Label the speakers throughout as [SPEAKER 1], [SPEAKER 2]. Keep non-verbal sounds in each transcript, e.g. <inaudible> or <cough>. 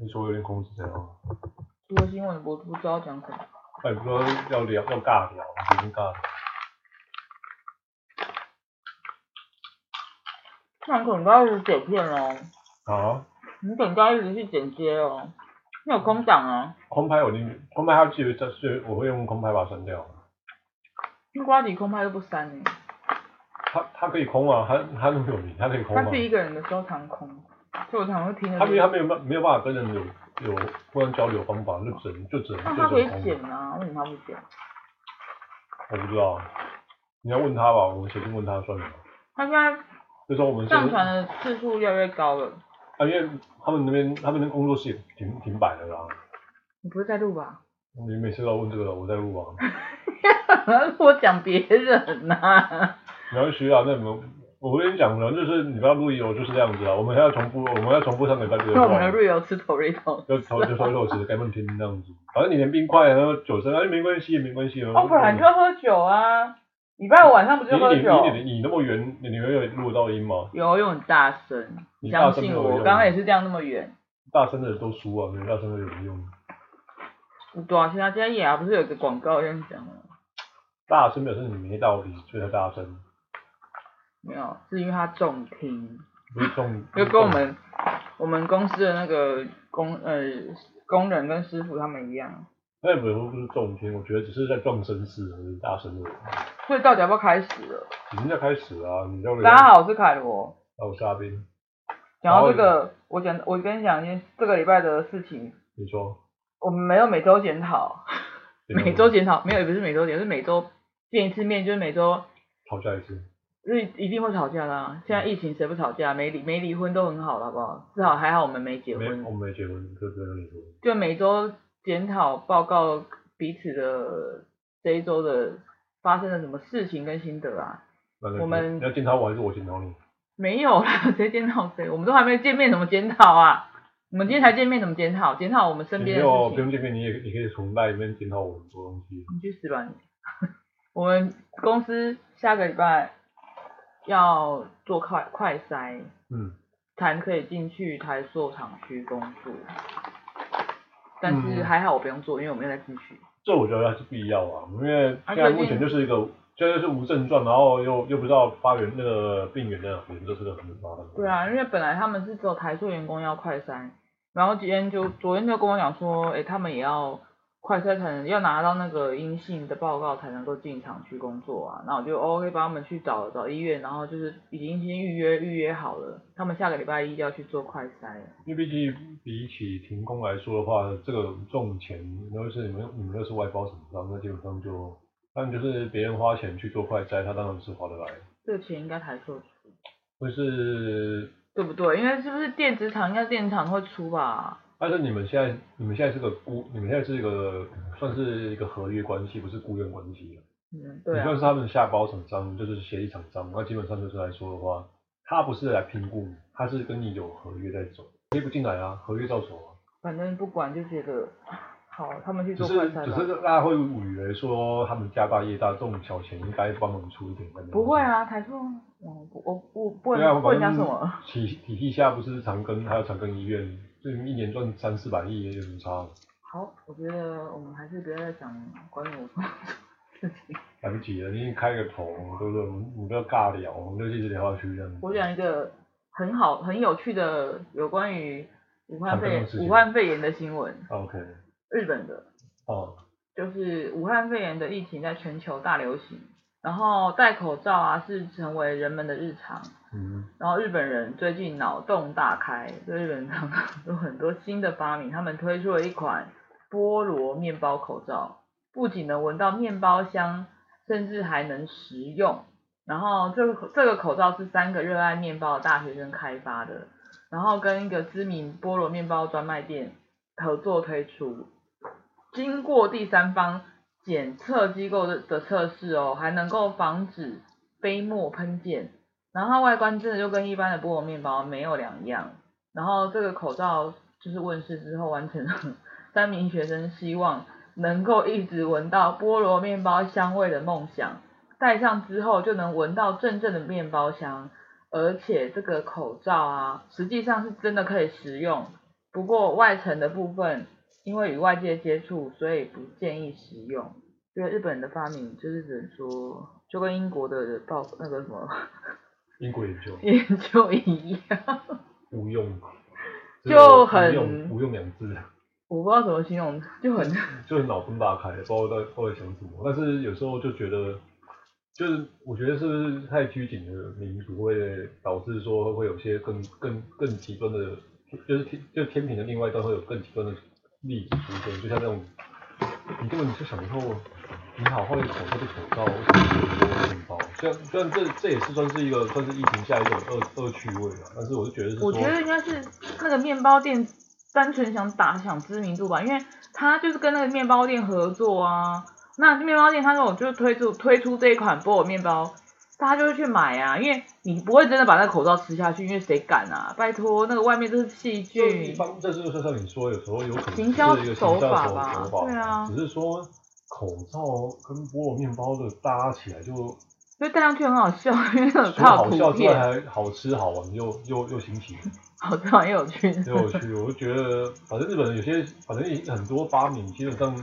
[SPEAKER 1] 你说有点空这样，
[SPEAKER 2] 除了新闻，我不知道讲什么。
[SPEAKER 1] 那你说要聊要尬聊，已经尬聊。
[SPEAKER 2] 那你可能要一直剪片哦，
[SPEAKER 1] 好，
[SPEAKER 2] 你可能要一直去剪接哦，你有空档啊。
[SPEAKER 1] 空拍我已经空拍，它记得这是我会用空拍把它删掉。
[SPEAKER 2] 木瓜迪空拍都不删呢、
[SPEAKER 1] 它它可以空啊，它它那么有名，它可以空
[SPEAKER 2] 他
[SPEAKER 1] 啊
[SPEAKER 2] 自。己一个人的时候常空，所以我常会听着
[SPEAKER 1] 它没
[SPEAKER 2] 就。
[SPEAKER 1] 它没有办没有办法跟人有有互相交流方法，就只能就只能
[SPEAKER 2] 那
[SPEAKER 1] 就
[SPEAKER 2] 他可
[SPEAKER 1] 只
[SPEAKER 2] 以
[SPEAKER 1] 能空。
[SPEAKER 2] 剪啊，为什么他不剪？
[SPEAKER 1] 我不知道，啊你要问他吧，我们写信问他算了。
[SPEAKER 2] 他现在
[SPEAKER 1] 就说我们
[SPEAKER 2] 上
[SPEAKER 1] 是
[SPEAKER 2] 传的次数越来越高了，
[SPEAKER 1] 啊，因为他们那边他们那边工作室也停停摆了啦。
[SPEAKER 2] 你不是在录 <laughs> 吧？
[SPEAKER 1] 你每次都要问这个，我在录啊。
[SPEAKER 2] 我讲别人呐、
[SPEAKER 1] 没关系啊，那你们我跟你讲了，就是你不要录音，我就是这样子啊。我们还要重复，我们要重复上个礼拜这
[SPEAKER 2] 因为我们的
[SPEAKER 1] 个。
[SPEAKER 2] 瑞友吃 Torito。
[SPEAKER 1] 要头就说肉吃，该问听这样子。反正你连冰块然后酒声，哎，没关系，没关系。
[SPEAKER 2] 哦，本来就要喝酒啊，礼拜五晚上不
[SPEAKER 1] 你
[SPEAKER 2] 就喝酒？
[SPEAKER 1] 你你你你那么远，你你会有录到音吗？
[SPEAKER 2] 有有很大声，
[SPEAKER 1] 你大
[SPEAKER 2] 相
[SPEAKER 1] 声
[SPEAKER 2] 信
[SPEAKER 1] 没有
[SPEAKER 2] 我，我
[SPEAKER 1] 用
[SPEAKER 2] 刚刚也是这样那么远。
[SPEAKER 1] 大声的都输啊，没有大声的有什么用？
[SPEAKER 2] 对啊，现在现在雅不是有一个广告这样讲吗？
[SPEAKER 1] 大声表示你没道理，所以才大声，
[SPEAKER 2] 没有，是因为他重听，
[SPEAKER 1] 不是重。
[SPEAKER 2] 就跟我们我们公司的那个工呃工人跟师傅他们一样。
[SPEAKER 1] 那也不是不是重听，我觉得只是在撞声势而已，大声的。
[SPEAKER 2] 所以到底要不要开始了？
[SPEAKER 1] 已经在开始啊，你要
[SPEAKER 2] 大家好，我是凯罗。
[SPEAKER 1] 我是阿斌，
[SPEAKER 2] 讲到这个，我讲我跟你讲一件这个礼拜的事情，
[SPEAKER 1] 你说。
[SPEAKER 2] 我们没有每周检讨，每周检讨没有，也不是每周检讨，是每周见一次面，就是每周
[SPEAKER 1] 吵架一次，
[SPEAKER 2] 就是一定会吵架啦、现在疫情谁不吵架？没离没离婚都很好了，好不好？至少还好我们没结
[SPEAKER 1] 没
[SPEAKER 2] 婚
[SPEAKER 1] 我，们没结婚，就跟你说。
[SPEAKER 2] 就每周检讨报告彼此的这一周的发生了什么事情跟心得啊。
[SPEAKER 1] 那
[SPEAKER 2] 我们
[SPEAKER 1] 你要检讨我还是我检讨你？
[SPEAKER 2] 没有啦， <laughs> 谁检讨谁？我们都还没见面，怎么检讨啊？我们今天才见面，怎么检讨？检讨我们身
[SPEAKER 1] 你没
[SPEAKER 2] 边的
[SPEAKER 1] 有
[SPEAKER 2] 事
[SPEAKER 1] 不
[SPEAKER 2] 情。
[SPEAKER 1] 用见面，你也你可以从那里面检讨我很多东西。
[SPEAKER 2] 你去死吧你！ <laughs> 我们公司下个礼拜要做快快筛，
[SPEAKER 1] 嗯，
[SPEAKER 2] 才可以进去台塑厂区工作。但是
[SPEAKER 1] 嗯
[SPEAKER 2] 还好我不用做，因为我没有在进去。
[SPEAKER 1] 这我觉得还是必要啊，因为
[SPEAKER 2] 啊
[SPEAKER 1] 现在
[SPEAKER 2] 最近
[SPEAKER 1] 目前就是一个。现在就是无症状，然后又又不知道发源那个病源在哪边，这是个很麻烦的。
[SPEAKER 2] 对，啊，因为本来他们是只有台塑员工要快筛，然后今天就昨天就跟我讲说，诶，他们也要快筛才能要拿到那个阴性的报告才能够进厂区工作啊。那我就 OK 帮他们去找找医院，然后就是已经先预约预约好了，他们下个礼拜一要去做快筛了。
[SPEAKER 1] 因为毕竟比起停工来说的话，这个种钱，然后是你们你们又是外包厂商，那基本上就，那你就是别人花钱去做快筛，他当然是划得来。
[SPEAKER 2] 这个钱应该台塑出，
[SPEAKER 1] 但是，
[SPEAKER 2] 对不对？因为是不是电子厂应该电子厂会出吧？
[SPEAKER 1] 但啊是你们现在你们现在是个雇，你们现在是一个算是一个合约关系，不是雇佣关系。
[SPEAKER 2] 嗯，对
[SPEAKER 1] 你
[SPEAKER 2] 啊
[SPEAKER 1] 算，是他们的下包厂商，就是协议厂商，那基本上就是来说的话，他不是来评估你，他是跟你有合约在走，接不进来啊，合约照走啊。
[SPEAKER 2] 反正不管就觉得好，他们去
[SPEAKER 1] 只
[SPEAKER 2] 做
[SPEAKER 1] 是
[SPEAKER 2] 快筛吧。
[SPEAKER 1] 只是大家会以为说他们家大业大，这种小钱应该帮忙出一点。
[SPEAKER 2] 不会，啊，台塑，嗯我不我不不
[SPEAKER 1] 对啊，
[SPEAKER 2] 能不能
[SPEAKER 1] 反
[SPEAKER 2] 讲
[SPEAKER 1] 正
[SPEAKER 2] 什么。
[SPEAKER 1] 体体系下不是长庚，还有长庚医院，这一年赚三四百亿也有什么差？啊
[SPEAKER 2] 好，我觉得我们还是不要再讲关于我工作的事情。
[SPEAKER 1] 来不及了，你已经开个头，对不对？我们我们不要尬聊，我们就一直聊下去这样。
[SPEAKER 2] 我讲一个很好、很有趣的有关于武汉肺
[SPEAKER 1] 谈这种事
[SPEAKER 2] 炎、
[SPEAKER 1] 情
[SPEAKER 2] 武汉肺炎的新闻，
[SPEAKER 1] OK，
[SPEAKER 2] 日本的，
[SPEAKER 1] 哦，
[SPEAKER 2] 就是武汉肺炎的疫情在全球大流行，然后戴口罩啊是成为人们的日常，
[SPEAKER 1] 嗯，
[SPEAKER 2] 然后日本人最近脑洞大开，对日本人有很多新的发明，他们推出了一款菠萝面包口罩，不仅能闻到面包香，甚至还能食用。然后这个这个口罩是三个热爱面包的大学生开发的，然后跟一个知名菠萝面包专卖店合作推出，经过第三方检测机构的的测试哦，还能够防止飞沫喷溅。然后它外观真的就跟一般的菠萝面包没有两样。然后这个口罩就是问世之后，完成了 <laughs> 三名学生希望能够一直闻到菠萝面包香味的梦想。戴上之后就能闻到阵阵的面包香，而且这个口罩啊，实际上是真的可以食用，不过外层的部分，因为与外界接触，所以不建议食用。因为日本的发明就是只能说，就跟英国的报那个什么
[SPEAKER 1] 英国研究
[SPEAKER 2] <laughs> 研究一样，
[SPEAKER 1] 无用，
[SPEAKER 2] 就
[SPEAKER 1] 这个
[SPEAKER 2] 很
[SPEAKER 1] 无用无用两字，
[SPEAKER 2] 我不知道怎么形容，就很
[SPEAKER 1] 就是脑洞大开，不知道在到底想什么。但是有时候就觉得，就是我觉得是不是太拘谨的民族会导致说会有些更更更极端的，就是天就天平的另外一端会有更极端的例子出现，就像那种你根本就想说你好好享受这个口罩，为什么不能面包？虽然虽然这这也是算是一个算是疫情下一种恶恶趣味啊，但是我就觉得是说
[SPEAKER 2] 我觉得应该是那个面包店单纯想打响知名度吧，因为他就是跟那个面包店合作啊。那面包店他说我就推出推出这一款波尔面包，大家就会去买啊，因为你不会真的把那个口罩吃下去，因为谁敢啊？拜托，那个外面都是细
[SPEAKER 1] 就一
[SPEAKER 2] 菌。
[SPEAKER 1] 方，这就是像你说，有时候有可能
[SPEAKER 2] 嗯行销
[SPEAKER 1] 是一个
[SPEAKER 2] 手
[SPEAKER 1] 行销
[SPEAKER 2] 法
[SPEAKER 1] 手
[SPEAKER 2] 吧
[SPEAKER 1] 手法
[SPEAKER 2] 对啊
[SPEAKER 1] 只是说口罩跟菠萝面包的搭起来就除
[SPEAKER 2] 所以戴上去很好笑，因为有
[SPEAKER 1] 了
[SPEAKER 2] 它有
[SPEAKER 1] 好
[SPEAKER 2] 图
[SPEAKER 1] 笑之外
[SPEAKER 2] 片，
[SPEAKER 1] 还好吃好玩又又又新奇，
[SPEAKER 2] 好笑也有趣。
[SPEAKER 1] 又有趣。我就觉得反正日本人有些反正很多发明，基本上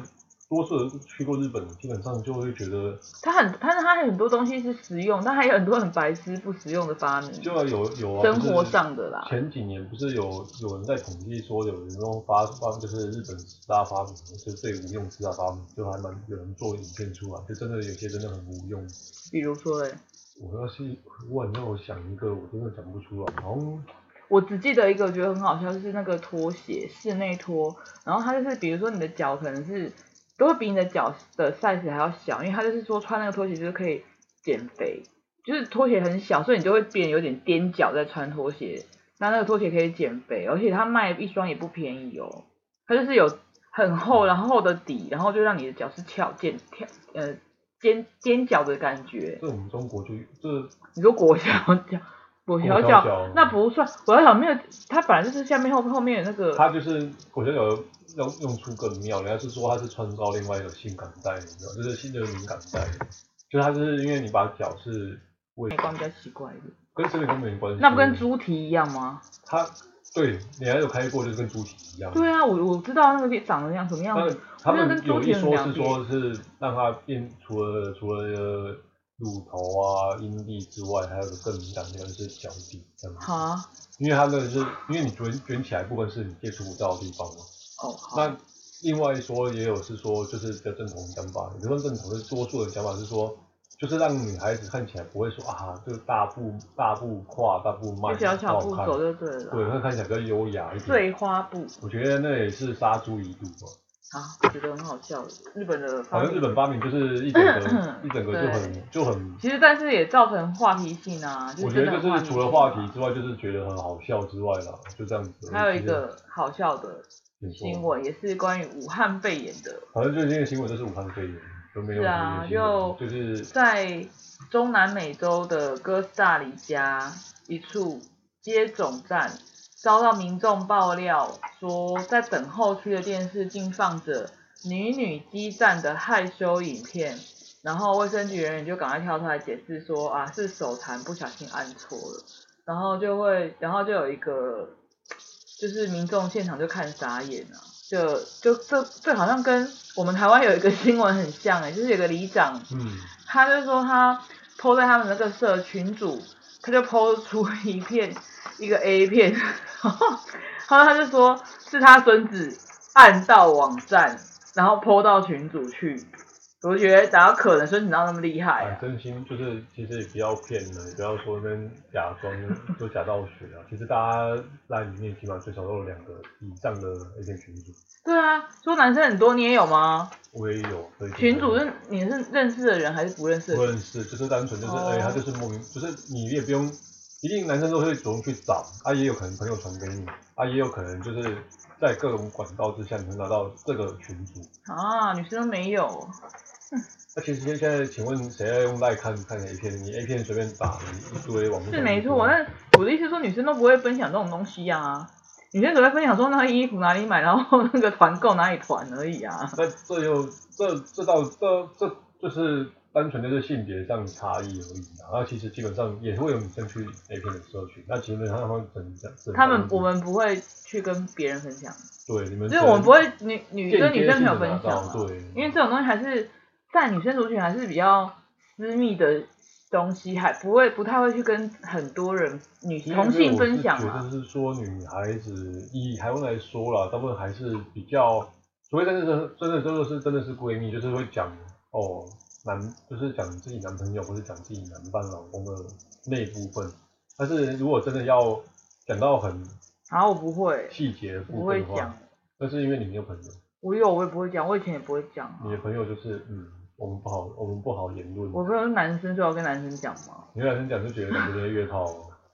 [SPEAKER 1] 多数人去过日本，基本上就会觉得
[SPEAKER 2] 它很，但是它很多东西是实用，但还有很多很白痴不实用的发明，
[SPEAKER 1] 就有有啊，
[SPEAKER 2] 生
[SPEAKER 1] 就是
[SPEAKER 2] 活上的啦。
[SPEAKER 1] 前几年不是有有人在统计说，有人用发发就是日本十大发明，就是最无用十大发明，就还蛮有人做影片出来，就真的有些真的很无用。
[SPEAKER 2] 比如说嘞，
[SPEAKER 1] 我要是问让我想一个，我真的想不出来。好像
[SPEAKER 2] 我只记得一个，我觉得很好笑，就是那个拖鞋，室内拖，然后它就是比如说你的脚可能是都会比你的脚的 size 还要小，因为它就是说穿那个拖鞋就是可以减肥，就是拖鞋很小，所以你就会变得有点踮脚在穿拖鞋，那那个拖鞋可以减肥，而且它卖一双也不便宜哦，它就是有很厚然后厚的底，然后就让你的脚是翘踮跳呃踮踮脚的感觉，
[SPEAKER 1] 这我们中国就这
[SPEAKER 2] 你说裹小脚，裹小
[SPEAKER 1] 裹小
[SPEAKER 2] 脚
[SPEAKER 1] 脚
[SPEAKER 2] 那不算，裹小脚没有，它本来就是下面后后面有那个，
[SPEAKER 1] 它就是我觉得有要用出更妙，人家是说它是创造另外一个性感带，你知道，就是新的敏感带，就是它就是因为你把脚是
[SPEAKER 2] 美观比较奇怪一点，
[SPEAKER 1] 跟审美观没关系，
[SPEAKER 2] 那不跟猪蹄一样吗？
[SPEAKER 1] 它对，你还有开过就是跟猪蹄一样，
[SPEAKER 2] 对啊，我我知道那个长得像什么样
[SPEAKER 1] 他
[SPEAKER 2] 子
[SPEAKER 1] 们，他
[SPEAKER 2] 我觉得
[SPEAKER 1] 们
[SPEAKER 2] 跟
[SPEAKER 1] 有
[SPEAKER 2] 猪蹄
[SPEAKER 1] 一
[SPEAKER 2] 很
[SPEAKER 1] 说
[SPEAKER 2] 两
[SPEAKER 1] 是
[SPEAKER 2] 边
[SPEAKER 1] 说是让它变除了除了乳头啊、阴蒂之外，还有个更敏感的就是脚底，这样子。
[SPEAKER 2] 好啊，
[SPEAKER 1] 因为它那个是因为你卷卷起来，不管是你接触不到的地方嘛。
[SPEAKER 2] 哦好，
[SPEAKER 1] 那另外说也有是说，就是比较正统的讲法，也不是正统，就是多数的讲法是说，就是让女孩子看起来不会说啊，这个大步大步跨、大步迈，
[SPEAKER 2] 就小小
[SPEAKER 1] 不
[SPEAKER 2] 步
[SPEAKER 1] 好看
[SPEAKER 2] 走就对了，
[SPEAKER 1] 对，会看起来比较优雅一点。
[SPEAKER 2] 碎花步
[SPEAKER 1] 我觉得那也是杀猪一度嘛。
[SPEAKER 2] 啊，我觉得很好笑，日本的发
[SPEAKER 1] 好像日
[SPEAKER 2] 明，
[SPEAKER 1] 本发明就是一整个一整个就
[SPEAKER 2] 嗯对
[SPEAKER 1] 很就很，
[SPEAKER 2] 其实但是也造成话题性啊，
[SPEAKER 1] 我
[SPEAKER 2] 就
[SPEAKER 1] 觉
[SPEAKER 2] 真
[SPEAKER 1] 得
[SPEAKER 2] 的很
[SPEAKER 1] 就是除了
[SPEAKER 2] 性
[SPEAKER 1] 话
[SPEAKER 2] 啊
[SPEAKER 1] 题，之外，就是觉得很好笑之外啦，就这样子。
[SPEAKER 2] 还有一个好笑的
[SPEAKER 1] 你说
[SPEAKER 2] 新闻，也是关于武汉肺炎的。
[SPEAKER 1] 反正最近的新闻就是武汉肺炎，都没有
[SPEAKER 2] 是
[SPEAKER 1] 什
[SPEAKER 2] 啊
[SPEAKER 1] 么新闻，
[SPEAKER 2] 就
[SPEAKER 1] 就是
[SPEAKER 2] 在中南美洲的哥斯达黎加一处接种站，遭到民众爆料说，在等候区的电视竟放着女女激战的害羞影片，然后卫生局人员就赶快跳出来解释说，啊，是手残不小心按错了，然后就会，然后就有一个，就是民众现场就看傻眼啊。就就这这好像跟我们台湾有一个新闻很像哎、 <laughs> 就是有个里长
[SPEAKER 1] 嗯，
[SPEAKER 2] 他就说他 PO 在他们那个社群组，他就 PO 出一片 <laughs> 一个 A 片， <laughs> 然后他就说是他孙子按到网站，然后 PO 到群组去。我觉得哪有可能孙子哪有那么厉害
[SPEAKER 1] 哎
[SPEAKER 2] 啊？
[SPEAKER 1] 真心就是其实也不要骗人，不要说跟假装就假道学啊，其实大家在里面起码最少都有两个以上的 A 片群组，
[SPEAKER 2] 对啊，说男生很多你也有吗？
[SPEAKER 1] 我也有，所以
[SPEAKER 2] 群主是你是认识的人还是不认识的
[SPEAKER 1] 不
[SPEAKER 2] 人？
[SPEAKER 1] 认识，就是单纯就是
[SPEAKER 2] 哦
[SPEAKER 1] 哎、他就是莫名，就是你也不用，一定男生都会主动去找，啊，也有可能朋友传给你，啊，也有可能就是在各种管道之下你能拿到这个群组。
[SPEAKER 2] 啊，女生都没有。
[SPEAKER 1] 那其实现在，请问谁在用赖看看 A 片？你 A 片随便打，你一堆网络
[SPEAKER 2] 是
[SPEAKER 1] 上
[SPEAKER 2] 没
[SPEAKER 1] 一堆
[SPEAKER 2] 错，但我的意思是说，女生都不会分享这种东西啊。女生只会分享说那个衣服哪里买，然后那个团购哪里团而已啊。
[SPEAKER 1] 那这又这这到这这就是单纯的是性别上差异而已啊。然后其实基本上也会有女生去 A 片的社群，那基本上他们整整
[SPEAKER 2] 他们我们不会去跟别人分享，
[SPEAKER 1] 对你们
[SPEAKER 2] 就是我们不会女女
[SPEAKER 1] 间
[SPEAKER 2] 跟女
[SPEAKER 1] 接
[SPEAKER 2] 生
[SPEAKER 1] 性
[SPEAKER 2] 朋友
[SPEAKER 1] 的
[SPEAKER 2] 分
[SPEAKER 1] 拿
[SPEAKER 2] 享
[SPEAKER 1] 到，
[SPEAKER 2] 啊，
[SPEAKER 1] 对，
[SPEAKER 2] 因为这种东西还是在女生族群还是比较私密的东西，还不会不太会去跟很多人女
[SPEAKER 1] 因为
[SPEAKER 2] 同性分享啊
[SPEAKER 1] 我
[SPEAKER 2] 嘛。
[SPEAKER 1] 是觉得是说女孩子以台湾来说啦，大部分还是比较，除非真的是真的真的是真的是闺蜜，就是会讲哦男，就是讲自己男朋友或者讲自己男伴老公的那一部分。但是如果真的要讲到很
[SPEAKER 2] 然后我不会，
[SPEAKER 1] 细节的
[SPEAKER 2] 我不
[SPEAKER 1] 部分
[SPEAKER 2] 会
[SPEAKER 1] 的
[SPEAKER 2] 讲
[SPEAKER 1] 话，，那是因为你没有朋友，
[SPEAKER 2] 我有我也不会讲，我以前也不会讲啊、
[SPEAKER 1] 你的朋友就是嗯，我们不好我们不好言论。
[SPEAKER 2] 我朋友是男生，所以我要跟男生讲嘛。
[SPEAKER 1] 你跟男生讲就觉得感觉人家约炮，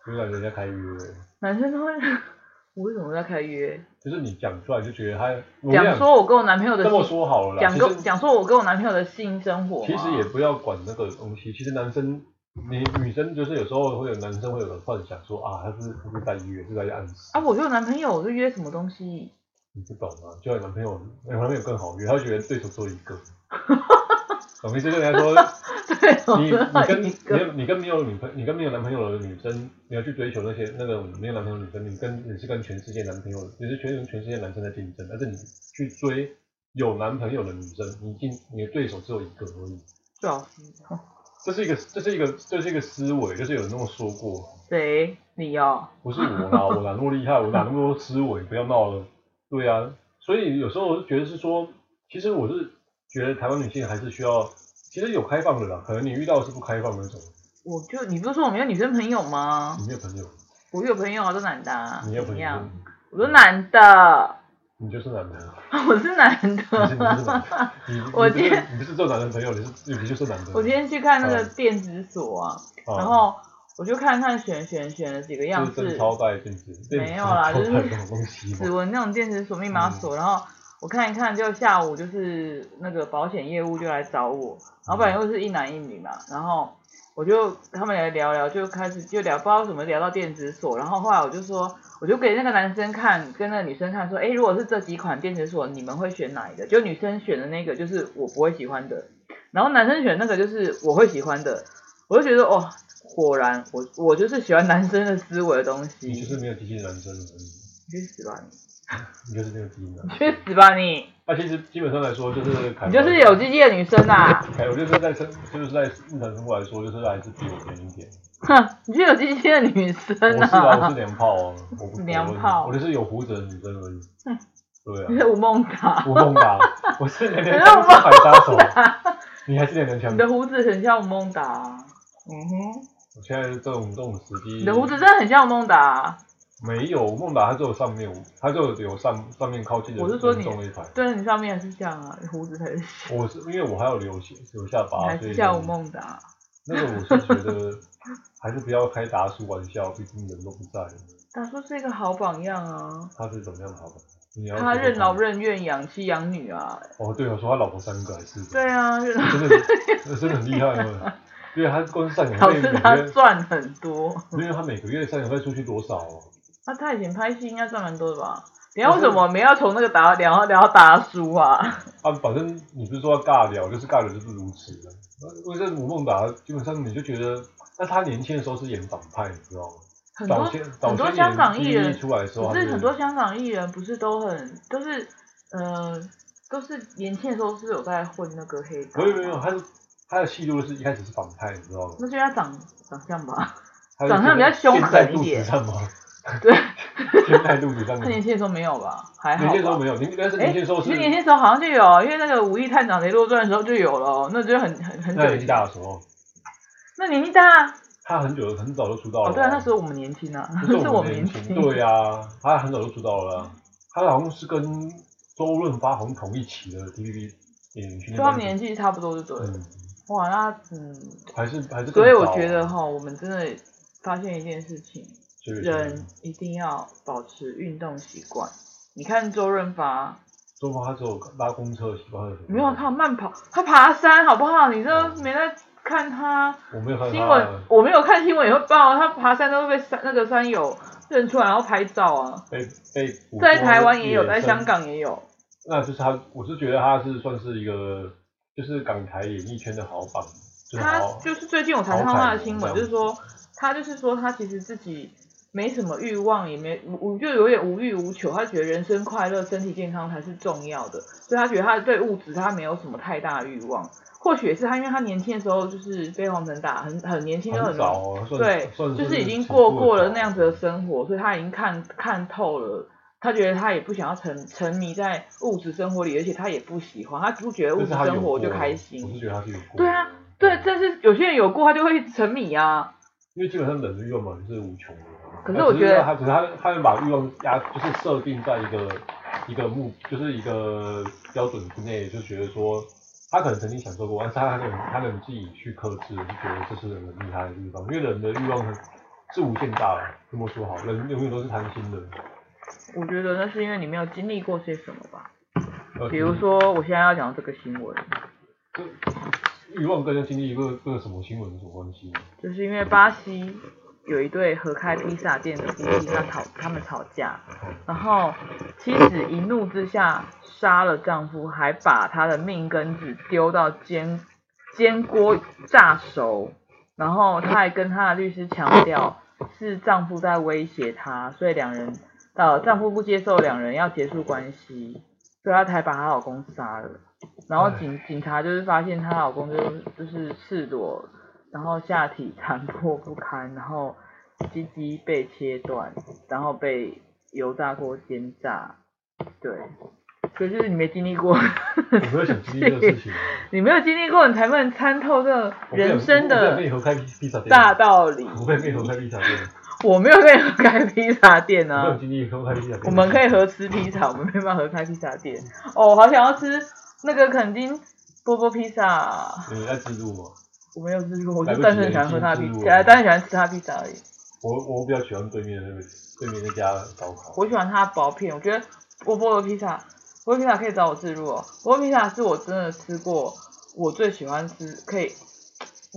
[SPEAKER 1] 就感觉人家开约。
[SPEAKER 2] 男生都会， <laughs> 我为什么在开约？
[SPEAKER 1] 就是你讲出来就觉得他，我跟你
[SPEAKER 2] 讲说我跟我男朋友的
[SPEAKER 1] 这么
[SPEAKER 2] 性，
[SPEAKER 1] 说好了啦，
[SPEAKER 2] 讲
[SPEAKER 1] 其
[SPEAKER 2] 跟
[SPEAKER 1] 实
[SPEAKER 2] 讲说我跟我男朋友的性生活嘛。
[SPEAKER 1] 其实也不要管那个东西。其实男生，你女生就是有时候会有男生会有个幻想说啊，他是不是在约，是在暗示
[SPEAKER 2] 啊，我就有男朋友，我就约什么
[SPEAKER 1] <laughs>
[SPEAKER 2] 东西？
[SPEAKER 1] 你不懂啊，就像男朋友，男朋友更好约，他会觉得对手做一
[SPEAKER 2] <laughs>
[SPEAKER 1] 个。懂意思？就跟人家说，
[SPEAKER 2] 对，我 <laughs>
[SPEAKER 1] 你你跟
[SPEAKER 2] 一
[SPEAKER 1] 没
[SPEAKER 2] 个
[SPEAKER 1] 有你跟没有女朋你跟没有男朋友的女生，你要去追求那些那种没有男朋友的女生，你跟你是跟全世界男朋友，你是全全世界男生在竞争，但是你去追有男朋友的女生，你竞你的对手只有一个而已。
[SPEAKER 2] 最好是
[SPEAKER 1] 这是一个，这是一个，这是一个思维，就是有人那么说过，
[SPEAKER 2] 谁？你哦，
[SPEAKER 1] 不是我啦，我哪那么厉害，我哪那么多思维，不要闹了。对啊，所以有时候我就觉得是说，其实我是觉得台湾女性还是需要，其实有开放的啦，可能你遇到的是不开放的那种，
[SPEAKER 2] 我就你不是说我没有女生朋友吗？
[SPEAKER 1] 你没有朋友，
[SPEAKER 2] 我有朋友啊，都男的、啊，
[SPEAKER 1] 你有
[SPEAKER 2] 怎
[SPEAKER 1] 朋友
[SPEAKER 2] 样？，我都男的， <laughs>
[SPEAKER 1] 你就是男朋友，
[SPEAKER 2] 我是男
[SPEAKER 1] 你是你就是
[SPEAKER 2] <laughs> 的。
[SPEAKER 1] 男的，你你
[SPEAKER 2] 我
[SPEAKER 1] 不
[SPEAKER 2] 今
[SPEAKER 1] 是
[SPEAKER 2] 天
[SPEAKER 1] 你不是做男的朋友，你是你不就是男的？
[SPEAKER 2] 我今天去看那个
[SPEAKER 1] 嗯
[SPEAKER 2] 电子锁啊，
[SPEAKER 1] 啊
[SPEAKER 2] 然后我就看看选选选了几个样
[SPEAKER 1] 就是
[SPEAKER 2] 式
[SPEAKER 1] 真，超带电子，电子
[SPEAKER 2] 没有啦
[SPEAKER 1] 超
[SPEAKER 2] 就是
[SPEAKER 1] 带这种东西
[SPEAKER 2] 指
[SPEAKER 1] 嘛，
[SPEAKER 2] 纹那种电子锁、密
[SPEAKER 1] 嗯
[SPEAKER 2] 码锁，然后我看一看，就下午就是那个保险业务就来找我，老
[SPEAKER 1] 嗯
[SPEAKER 2] 板又是一男一女嘛，然后我就他们来聊聊，就开始就聊，不知道怎么聊到电子锁，然后后来我就说，我就给那个男生看，跟那个女生看说，诶，如果是这几款电子锁，你们会选哪一个？就女生选的那个就是我不会喜欢的，然后男生选那个就是我会喜欢的，我就觉得哦。果然，我我就是喜欢男生的思维的东西。
[SPEAKER 1] 你就是没有激进男生而已，
[SPEAKER 2] 你去死吧你！
[SPEAKER 1] 你就是没有激进男
[SPEAKER 2] 你
[SPEAKER 1] 生。
[SPEAKER 2] 去死吧你！
[SPEAKER 1] 那、其实基本上来说，就是凯
[SPEAKER 2] 你就是有鸡鸡的女生
[SPEAKER 1] <laughs>
[SPEAKER 2] 啊！
[SPEAKER 1] 凯文就是在生，就是在日常生活来说，就是还是比我甜一点。
[SPEAKER 2] 哼，你就是有鸡鸡的女生
[SPEAKER 1] 我是啊，我
[SPEAKER 2] 啊！ <laughs>
[SPEAKER 1] 是娘炮啊，我不
[SPEAKER 2] 娘炮嗯
[SPEAKER 1] 我就是有胡子的女生而已。对啊，
[SPEAKER 2] 你 <laughs> 是吴孟达，
[SPEAKER 1] 吴孟达，我
[SPEAKER 2] <laughs>
[SPEAKER 1] 是娘娘腔反杀手，你还是娘娘
[SPEAKER 2] 你
[SPEAKER 1] 腔。
[SPEAKER 2] 的胡子很像吴孟达啊。嗯哼，
[SPEAKER 1] 我现在这种这种时机，
[SPEAKER 2] 你的胡子真的很像吴孟达啊。
[SPEAKER 1] 没有吴孟达，他只有上面，他就有上上面靠近的
[SPEAKER 2] 我是说
[SPEAKER 1] 人
[SPEAKER 2] 你
[SPEAKER 1] 中那一排。
[SPEAKER 2] 对，你上面是像啊，你胡子才是像，
[SPEAKER 1] 我是因为我还有留下留下
[SPEAKER 2] 你
[SPEAKER 1] 疤，
[SPEAKER 2] <laughs> 还
[SPEAKER 1] 哦所
[SPEAKER 2] 是
[SPEAKER 1] 以
[SPEAKER 2] 像吴孟达。
[SPEAKER 1] 那个我是觉得 <laughs> 还是不要开达叔玩笑，毕竟人都不在了。
[SPEAKER 2] 大叔是一个好榜样啊，
[SPEAKER 1] 他是怎么样好的？你要
[SPEAKER 2] 他
[SPEAKER 1] 觉得
[SPEAKER 2] 任劳任怨，养妻养女啊。
[SPEAKER 1] 哦，对，我说他老婆三个还是
[SPEAKER 2] 对啊，
[SPEAKER 1] <laughs>
[SPEAKER 2] 任劳
[SPEAKER 1] 真的真的很厉害
[SPEAKER 2] <laughs>
[SPEAKER 1] 哦。因为他光是赡养
[SPEAKER 2] 导
[SPEAKER 1] 费每
[SPEAKER 2] 致他
[SPEAKER 1] 个
[SPEAKER 2] 赚很多。
[SPEAKER 1] 月，因为他每个月赡养费出去多少哦？
[SPEAKER 2] 那他以前拍戏应该赚蛮多的吧？等一下为什么我们要从那个打聊到聊到达叔啊？ <laughs>
[SPEAKER 1] 啊，反正你不是说要尬聊，就是尬聊就是如此的。为什么吴孟达基本上你就觉得，那他年轻的时候是演反派，你知道吗？
[SPEAKER 2] 很多
[SPEAKER 1] 早先早
[SPEAKER 2] 很多
[SPEAKER 1] 先
[SPEAKER 2] 香港艺
[SPEAKER 1] 演第
[SPEAKER 2] 人
[SPEAKER 1] 一出来的时候，
[SPEAKER 2] 可
[SPEAKER 1] 他
[SPEAKER 2] 是很多香港艺人不是都很都是呃都是年轻的时候是有在混那个黑道
[SPEAKER 1] 没
[SPEAKER 2] 吗，
[SPEAKER 1] 有没有，他是他的戏路是一开始是反派，你知道吗？
[SPEAKER 2] 那就要长长相吧。
[SPEAKER 1] 他
[SPEAKER 2] 长相比较凶狠一点
[SPEAKER 1] 现在肚子上吗？
[SPEAKER 2] 对，
[SPEAKER 1] 现在肚子上
[SPEAKER 2] 他
[SPEAKER 1] 吗？
[SPEAKER 2] <laughs> 年轻的时候没有吧？还好
[SPEAKER 1] 嗯年
[SPEAKER 2] 吧。
[SPEAKER 1] 轻的时候没有，年但是
[SPEAKER 2] 哎
[SPEAKER 1] 年轻的时候
[SPEAKER 2] 其
[SPEAKER 1] 是
[SPEAKER 2] 实年轻的时候好像就有，因为那个《武义探长雷洛传》的时候就有了哦，那就很很很久
[SPEAKER 1] 那
[SPEAKER 2] 以
[SPEAKER 1] 年纪
[SPEAKER 2] 前。
[SPEAKER 1] 大的时候，
[SPEAKER 2] 那年纪大啊
[SPEAKER 1] 他很久很早就出道了。
[SPEAKER 2] 哦，对啊，那时候我们年轻啊， <laughs>
[SPEAKER 1] 不
[SPEAKER 2] 是
[SPEAKER 1] 是我们
[SPEAKER 2] 们年
[SPEAKER 1] 年
[SPEAKER 2] 轻。
[SPEAKER 1] 轻，对
[SPEAKER 2] <laughs>
[SPEAKER 1] 啊，他很早就出道了啊，他好像是跟周润发红同一期的 TVB 演员训
[SPEAKER 2] 就
[SPEAKER 1] 练
[SPEAKER 2] 他
[SPEAKER 1] 班
[SPEAKER 2] 们
[SPEAKER 1] 底，
[SPEAKER 2] 年纪差不多就对了。
[SPEAKER 1] 嗯，
[SPEAKER 2] 哇，那嗯，
[SPEAKER 1] 还是还是更早啊，
[SPEAKER 2] 所以我觉得哈，我们真的发现一件事情，
[SPEAKER 1] 所以我觉得
[SPEAKER 2] 人一定要保持运动习惯。你看周润发，啊
[SPEAKER 1] 周润发只有拉公车的习惯，
[SPEAKER 2] 没有啊他有慢跑，他爬山好不好？你这没在看他
[SPEAKER 1] 我没有看
[SPEAKER 2] 新闻
[SPEAKER 1] 他，
[SPEAKER 2] 我没有看新闻也会报，啊他爬山都会被山那个山友认出来，然后拍照啊。
[SPEAKER 1] 被被捕
[SPEAKER 2] 在
[SPEAKER 1] 获
[SPEAKER 2] 台湾也有，
[SPEAKER 1] 野
[SPEAKER 2] 在
[SPEAKER 1] 生
[SPEAKER 2] 香，港也有，
[SPEAKER 1] 那就是他，我是觉得他是算是一个就是港台演艺圈的好榜就是
[SPEAKER 2] 他
[SPEAKER 1] 好
[SPEAKER 2] 就是最近我才
[SPEAKER 1] 好
[SPEAKER 2] 看到
[SPEAKER 1] 凯
[SPEAKER 2] 他的
[SPEAKER 1] 文
[SPEAKER 2] 新
[SPEAKER 1] 这
[SPEAKER 2] 闻，
[SPEAKER 1] 样
[SPEAKER 2] 就是说他就是说他其实自己没什么欲望，也没无就有点无欲无求，他觉得人生快乐、身体健康才是重要的，所以他觉得他对物质他没有什么太大的欲望。或许也是他，因为他年轻的时候就是飞黄腾达，很很年轻就
[SPEAKER 1] 很
[SPEAKER 2] 很
[SPEAKER 1] 早哦，算
[SPEAKER 2] 对，
[SPEAKER 1] 算
[SPEAKER 2] 就是已经
[SPEAKER 1] 挺
[SPEAKER 2] 过
[SPEAKER 1] 得
[SPEAKER 2] 过了
[SPEAKER 1] 早
[SPEAKER 2] 那样子的生活，所以他已经看看透了。他觉得他也不想要沉沉迷在物质生活里，而且他也不喜欢，他不觉得物
[SPEAKER 1] 但
[SPEAKER 2] 质
[SPEAKER 1] 是他有
[SPEAKER 2] 生活就
[SPEAKER 1] 过
[SPEAKER 2] 开
[SPEAKER 1] 我是
[SPEAKER 2] 心。
[SPEAKER 1] 觉得他是有过。
[SPEAKER 2] 对啊，对，但是有些人有过，他就会沉迷啊。
[SPEAKER 1] 因为基本上人的欲望嘛是无穷的。
[SPEAKER 2] 可是
[SPEAKER 1] 那
[SPEAKER 2] 我
[SPEAKER 1] 只
[SPEAKER 2] 觉得
[SPEAKER 1] 他只是他他们把欲望压就是设定在一个一个目就是一个标准之内，就觉得说他可能曾经享受过，但是他可能他可能自己去克制，就觉得这是人很厉害的地方，因为人的欲望很是无限大的，这么说好，人永远都是贪心的。
[SPEAKER 2] 我觉得那是因为你没有经历过些什么吧。
[SPEAKER 1] 呃
[SPEAKER 2] 比如说，我现在要讲这个新闻，
[SPEAKER 1] 这欲望跟经历一个个什么新闻有什么关系呢？
[SPEAKER 2] 就是因为巴西有一对合开披萨店的夫妻，他吵他们吵架，然后妻子一怒之下杀了丈夫，还把他的命根子丢到煎煎锅炸熟，然后她还跟她的律师强调是丈夫在威胁她，所以两人呃丈夫不接受，两人要结束关系，所以她才把她老公杀了。然后警警察就是发现她老公就是就是赤裸，然后下体残破不堪，然后鸡鸡被切断，然后被油炸锅煎炸，对，所以就是你没经历过，
[SPEAKER 1] 我没有想经历这个事情啊，
[SPEAKER 2] <laughs> 你没有经历过，你才不能参透这个
[SPEAKER 1] 我没有
[SPEAKER 2] 人生
[SPEAKER 1] 我没有
[SPEAKER 2] 的
[SPEAKER 1] 配合开披萨店，
[SPEAKER 2] 大道理。
[SPEAKER 1] 我没有配合开披萨店。
[SPEAKER 2] 我没有跟你合开披萨店
[SPEAKER 1] 没有
[SPEAKER 2] 啊，
[SPEAKER 1] 经历过开披萨店，
[SPEAKER 2] 我们可以合吃披萨，我们没办法合开披萨店。哦，我好想要吃那个肯丁波波披萨，
[SPEAKER 1] 你在自助吗？
[SPEAKER 2] 我没有吃过，我
[SPEAKER 1] 来
[SPEAKER 2] 就
[SPEAKER 1] 不及
[SPEAKER 2] 单纯喜欢喝他的
[SPEAKER 1] 已经
[SPEAKER 2] 披
[SPEAKER 1] 进入
[SPEAKER 2] 萨，
[SPEAKER 1] 了
[SPEAKER 2] 单纯喜欢吃他的披萨而已。
[SPEAKER 1] 我我比较喜欢对面那个对面那家烧烤。
[SPEAKER 2] 我喜欢它的薄片，我觉得波波的披萨，波波披萨可以找我自入哦。波波披萨是我真的吃过我最喜欢吃，可以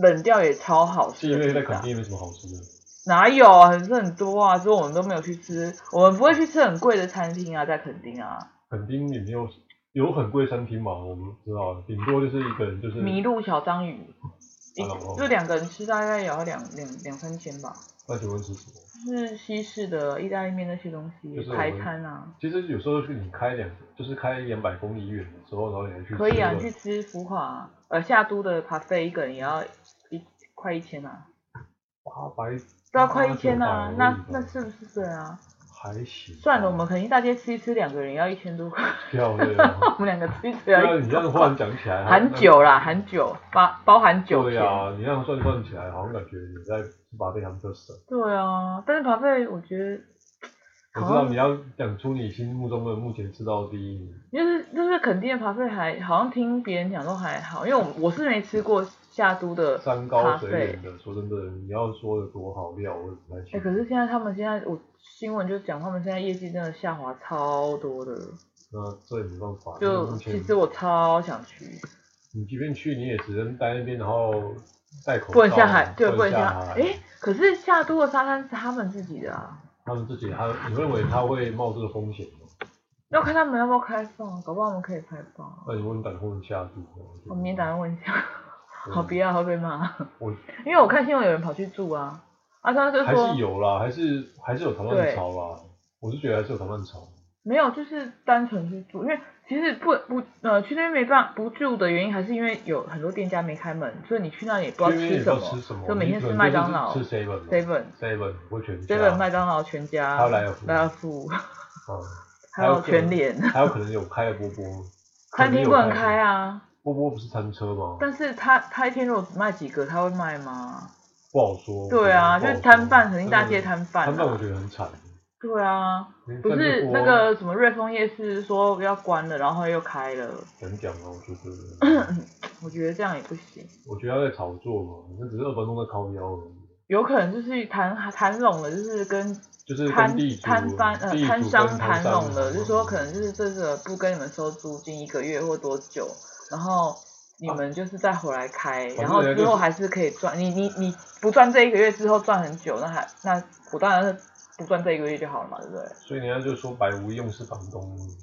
[SPEAKER 2] 冷掉也超好
[SPEAKER 1] 是
[SPEAKER 2] 吃
[SPEAKER 1] 因
[SPEAKER 2] 的披萨。
[SPEAKER 1] 为在垦丁也没什么好吃的，
[SPEAKER 2] 哪有啊，还是很多啊，只是我们都没有去吃，我们不会去吃很贵的餐厅啊，在垦丁啊，
[SPEAKER 1] 垦丁也没有有很贵餐厅嘛，我们知道，顶多就是一个人就是
[SPEAKER 2] 麋鹿小章鱼，一
[SPEAKER 1] 啊嗯哦
[SPEAKER 2] 就两个人吃大概也要两两两三千吧，
[SPEAKER 1] 那请问吃什么？
[SPEAKER 2] 就是西式的意大利面那些东西
[SPEAKER 1] 就是我们
[SPEAKER 2] 排餐啊，
[SPEAKER 1] 其实有时候是你开两就是开两百公里远的时候，然后你还去吃
[SPEAKER 2] 可以啊，
[SPEAKER 1] 一
[SPEAKER 2] 你
[SPEAKER 1] 个
[SPEAKER 2] 去吃福华啊、呃夏都的咖啡一个人也要一快一千啊。
[SPEAKER 1] 八百
[SPEAKER 2] 都要快一千
[SPEAKER 1] 八
[SPEAKER 2] 啊
[SPEAKER 1] 百，
[SPEAKER 2] 那
[SPEAKER 1] 而已吧
[SPEAKER 2] 那是不是对啊？
[SPEAKER 1] 还行吧。
[SPEAKER 2] 算了，我们肯定大街吃一吃，两个人也要一千多块，
[SPEAKER 1] 漂亮。
[SPEAKER 2] <laughs> 我们两个吃一吃
[SPEAKER 1] 对
[SPEAKER 2] 要
[SPEAKER 1] 啊，你
[SPEAKER 2] 一
[SPEAKER 1] 这样忽然讲起来，
[SPEAKER 2] 含酒啦，含酒包包含酒
[SPEAKER 1] 对
[SPEAKER 2] 钱。
[SPEAKER 1] 啊，你这样算算起来，好像感觉你在把这堂课省。
[SPEAKER 2] 对啊，但是跑费我觉得
[SPEAKER 1] 我
[SPEAKER 2] 好
[SPEAKER 1] 知道
[SPEAKER 2] 像
[SPEAKER 1] 你要讲出你心目中的目前吃到的第一名，
[SPEAKER 2] 就是就是肯定的跑费还好像听别人讲都还好，因为我我是没吃过夏都的。
[SPEAKER 1] 山高水远的。说真的，你要说的多好料，我也不太清
[SPEAKER 2] 哎、
[SPEAKER 1] 楚。
[SPEAKER 2] 可是现在他们现在我新闻就讲他们现在业绩真的下滑超多的，
[SPEAKER 1] 那这也没办法，因为
[SPEAKER 2] 就
[SPEAKER 1] 嗯目
[SPEAKER 2] 其
[SPEAKER 1] 前
[SPEAKER 2] 实我超想去，
[SPEAKER 1] 你即便去，你也只能待那边，然后戴口罩，啊
[SPEAKER 2] 不能下海，对，
[SPEAKER 1] 不
[SPEAKER 2] 不能
[SPEAKER 1] 下
[SPEAKER 2] 下海。哎、可是夏都的沙滩是他们自己的啊，
[SPEAKER 1] 他们自己，他你认为他会冒这个风险吗？
[SPEAKER 2] 要看他们要不要开放，搞不好我们可以开放啊。
[SPEAKER 1] 那你问胆控下注，
[SPEAKER 2] 我明天打算问一下，好不
[SPEAKER 1] 别，
[SPEAKER 2] 要会被骂，
[SPEAKER 1] 我
[SPEAKER 2] 因为我看新闻有人跑去住啊，啊他就
[SPEAKER 1] 还
[SPEAKER 2] 说
[SPEAKER 1] 是有啦，还是还是有逃难潮啦，我是觉得还是有逃难潮。
[SPEAKER 2] 没有，就是单纯去住，因为其实不不呃去那边没办法不住的原因，还是因为有很多店家没开门，所以你去那里也不知道
[SPEAKER 1] 因为
[SPEAKER 2] 吃
[SPEAKER 1] 你
[SPEAKER 2] 什
[SPEAKER 1] 不知道吃什
[SPEAKER 2] 么，
[SPEAKER 1] 么，
[SPEAKER 2] 就每天
[SPEAKER 1] 你可能
[SPEAKER 2] 麦当劳、
[SPEAKER 1] 就是吃 seven 嘛
[SPEAKER 2] seven、
[SPEAKER 1] seven 或全家
[SPEAKER 2] seven、麦当劳、全家、
[SPEAKER 1] 还有莱尔富
[SPEAKER 2] 莱
[SPEAKER 1] <laughs>
[SPEAKER 2] 尔富，
[SPEAKER 1] 嗯，
[SPEAKER 2] 还有全联
[SPEAKER 1] 还有可能有开的波波，
[SPEAKER 2] 餐厅不能开
[SPEAKER 1] 啊。
[SPEAKER 2] 啊。
[SPEAKER 1] 波波不是餐车吗？
[SPEAKER 2] 但是他他一天如果只卖几个，他会卖吗？
[SPEAKER 1] 不好说。
[SPEAKER 2] 对啊，
[SPEAKER 1] 不
[SPEAKER 2] 就
[SPEAKER 1] 好
[SPEAKER 2] 是
[SPEAKER 1] 说
[SPEAKER 2] 摊贩，肯定大街。摊贩、
[SPEAKER 1] 摊贩我
[SPEAKER 2] 啊。
[SPEAKER 1] 觉得很惨。
[SPEAKER 2] 对啊，
[SPEAKER 1] 因为
[SPEAKER 2] 不
[SPEAKER 1] 散
[SPEAKER 2] 是
[SPEAKER 1] 热锅
[SPEAKER 2] 那个什么瑞丰夜市说要关了，然后又开了，
[SPEAKER 1] 难讲啊，我觉
[SPEAKER 2] <laughs>
[SPEAKER 1] 得，
[SPEAKER 2] 我觉得这样也不行。
[SPEAKER 1] 我觉得他在炒作嘛，那只是二分钟在靠腰而已，
[SPEAKER 2] 有可能就是谈谈拢了，就是跟
[SPEAKER 1] 就是
[SPEAKER 2] 摊
[SPEAKER 1] 跟地主、
[SPEAKER 2] 摊贩呃
[SPEAKER 1] 地主
[SPEAKER 2] 摊
[SPEAKER 1] 跟
[SPEAKER 2] 商
[SPEAKER 1] 摊
[SPEAKER 2] 谈
[SPEAKER 1] 商
[SPEAKER 2] 拢了，就是说可能就是这个不跟你们收租金一个月或多久，然后你们就是再回来开，
[SPEAKER 1] 反正
[SPEAKER 2] 然后
[SPEAKER 1] 人家
[SPEAKER 2] 之
[SPEAKER 1] 哦啊就
[SPEAKER 2] 后
[SPEAKER 1] 是
[SPEAKER 2] 还是可以赚。你你你不赚这一个月之后赚很久，那还那我当然是不赚这一个月就好了嘛，对不对？
[SPEAKER 1] 所以人家就说百无一用是房东，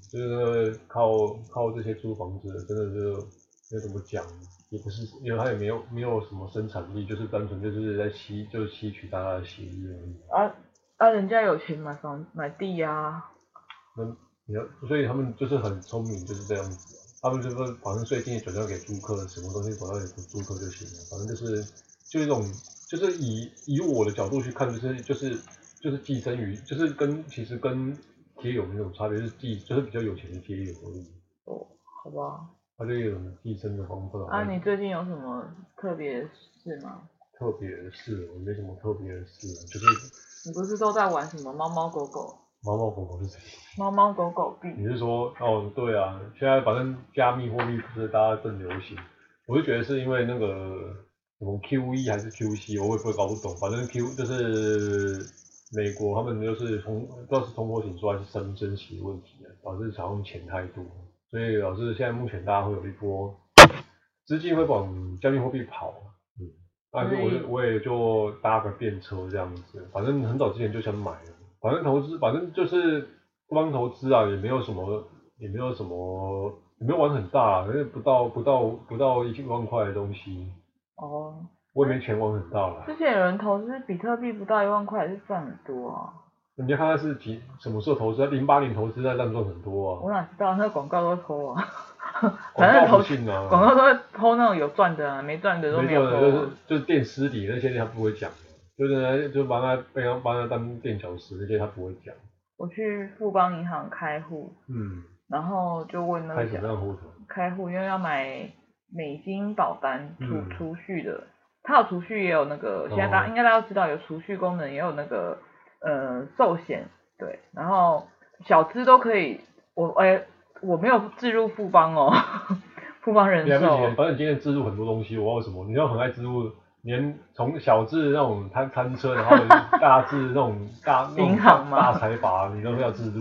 [SPEAKER 1] 就是靠靠这些租房子的真的是那怎么讲，也不是，因为它也没有没有什么生产力，就是单纯就是在吸，就是吸取大家的血液而已。
[SPEAKER 2] 啊啊，人家有钱买房买地啊，
[SPEAKER 1] 那你要，所以他们就是很聪明，就是这样子、啊。他们就是说反正税金也转让给租客，什么东西转让给租客就行了。反正就是就一种，就是以以我的角度去看，就是就是就是寄生于，就是跟其实跟贴友那种差别是寄，就是比较有钱的贴友而已。
[SPEAKER 2] 哦，好吧。
[SPEAKER 1] 他就有寄生的方法。
[SPEAKER 2] 啊，你最近有什么特别事吗？
[SPEAKER 1] 特别的事，我没什么特别的事，啊就是
[SPEAKER 2] 你不是都在玩什么猫猫狗狗、
[SPEAKER 1] 猫猫狗狗的事情。
[SPEAKER 2] 猫猫狗狗币？
[SPEAKER 1] 你是说哦，对啊，现在反正加密货币不是大家正流行，我就觉得是因为那个什么 QE 还是 QC，我也不会搞不懂，反正 Q 就是美国他们就是通，不知道是通货紧缩还是升升息的问题啊，导致好像钱太多，所以导致现在目前大家会有一波资金会往加密货币跑，嗯，但是我
[SPEAKER 2] 所以
[SPEAKER 1] 就我也就搭个便车这样子，反正很早之前就想买了，反正投资，反正就是光投资啊，也没有什么，也没有什么，也没有玩很大，啊因为不到不到不到一万块的东西，
[SPEAKER 2] 哦，
[SPEAKER 1] 我也没钱玩很大啦。
[SPEAKER 2] 之前有人投资比特币不到一万块，也是赚很多啊。
[SPEAKER 1] 人家看看是几什么时候投资，啊零八年投资那当赚很多啊，
[SPEAKER 2] 我哪知道那广告都偷啊？反正
[SPEAKER 1] 广告
[SPEAKER 2] 投
[SPEAKER 1] 不信啊，
[SPEAKER 2] 广告都会偷那种有赚的啊，没赚的都没
[SPEAKER 1] 没
[SPEAKER 2] 有
[SPEAKER 1] 有
[SPEAKER 2] 偷、
[SPEAKER 1] 的
[SPEAKER 2] 啊。
[SPEAKER 1] 就是就是电师里那些他不会讲，就是就帮他被他帮他当垫脚石那些他不会讲，
[SPEAKER 2] 我去富邦银行开户，
[SPEAKER 1] 嗯，
[SPEAKER 2] 然后就问那
[SPEAKER 1] 开
[SPEAKER 2] 个
[SPEAKER 1] 什
[SPEAKER 2] 小
[SPEAKER 1] 么样的户头？
[SPEAKER 2] 开户，因为要买美金保单储
[SPEAKER 1] 嗯
[SPEAKER 2] 储蓄的，它有储蓄也有那个，现在大家、
[SPEAKER 1] 哦
[SPEAKER 2] 应该大家都知道有储蓄功能，也有那个呃寿险，对，然后小资都可以，我哎、我没有置入富邦哦， <laughs> 富邦人
[SPEAKER 1] 你还不
[SPEAKER 2] 寿
[SPEAKER 1] 行，反正你今天资助很多东西，我要什么？你要很爱资助，连从小至那种摊摊车，然后大至那种大那种
[SPEAKER 2] 银行吗
[SPEAKER 1] 大财阀，你都要资助。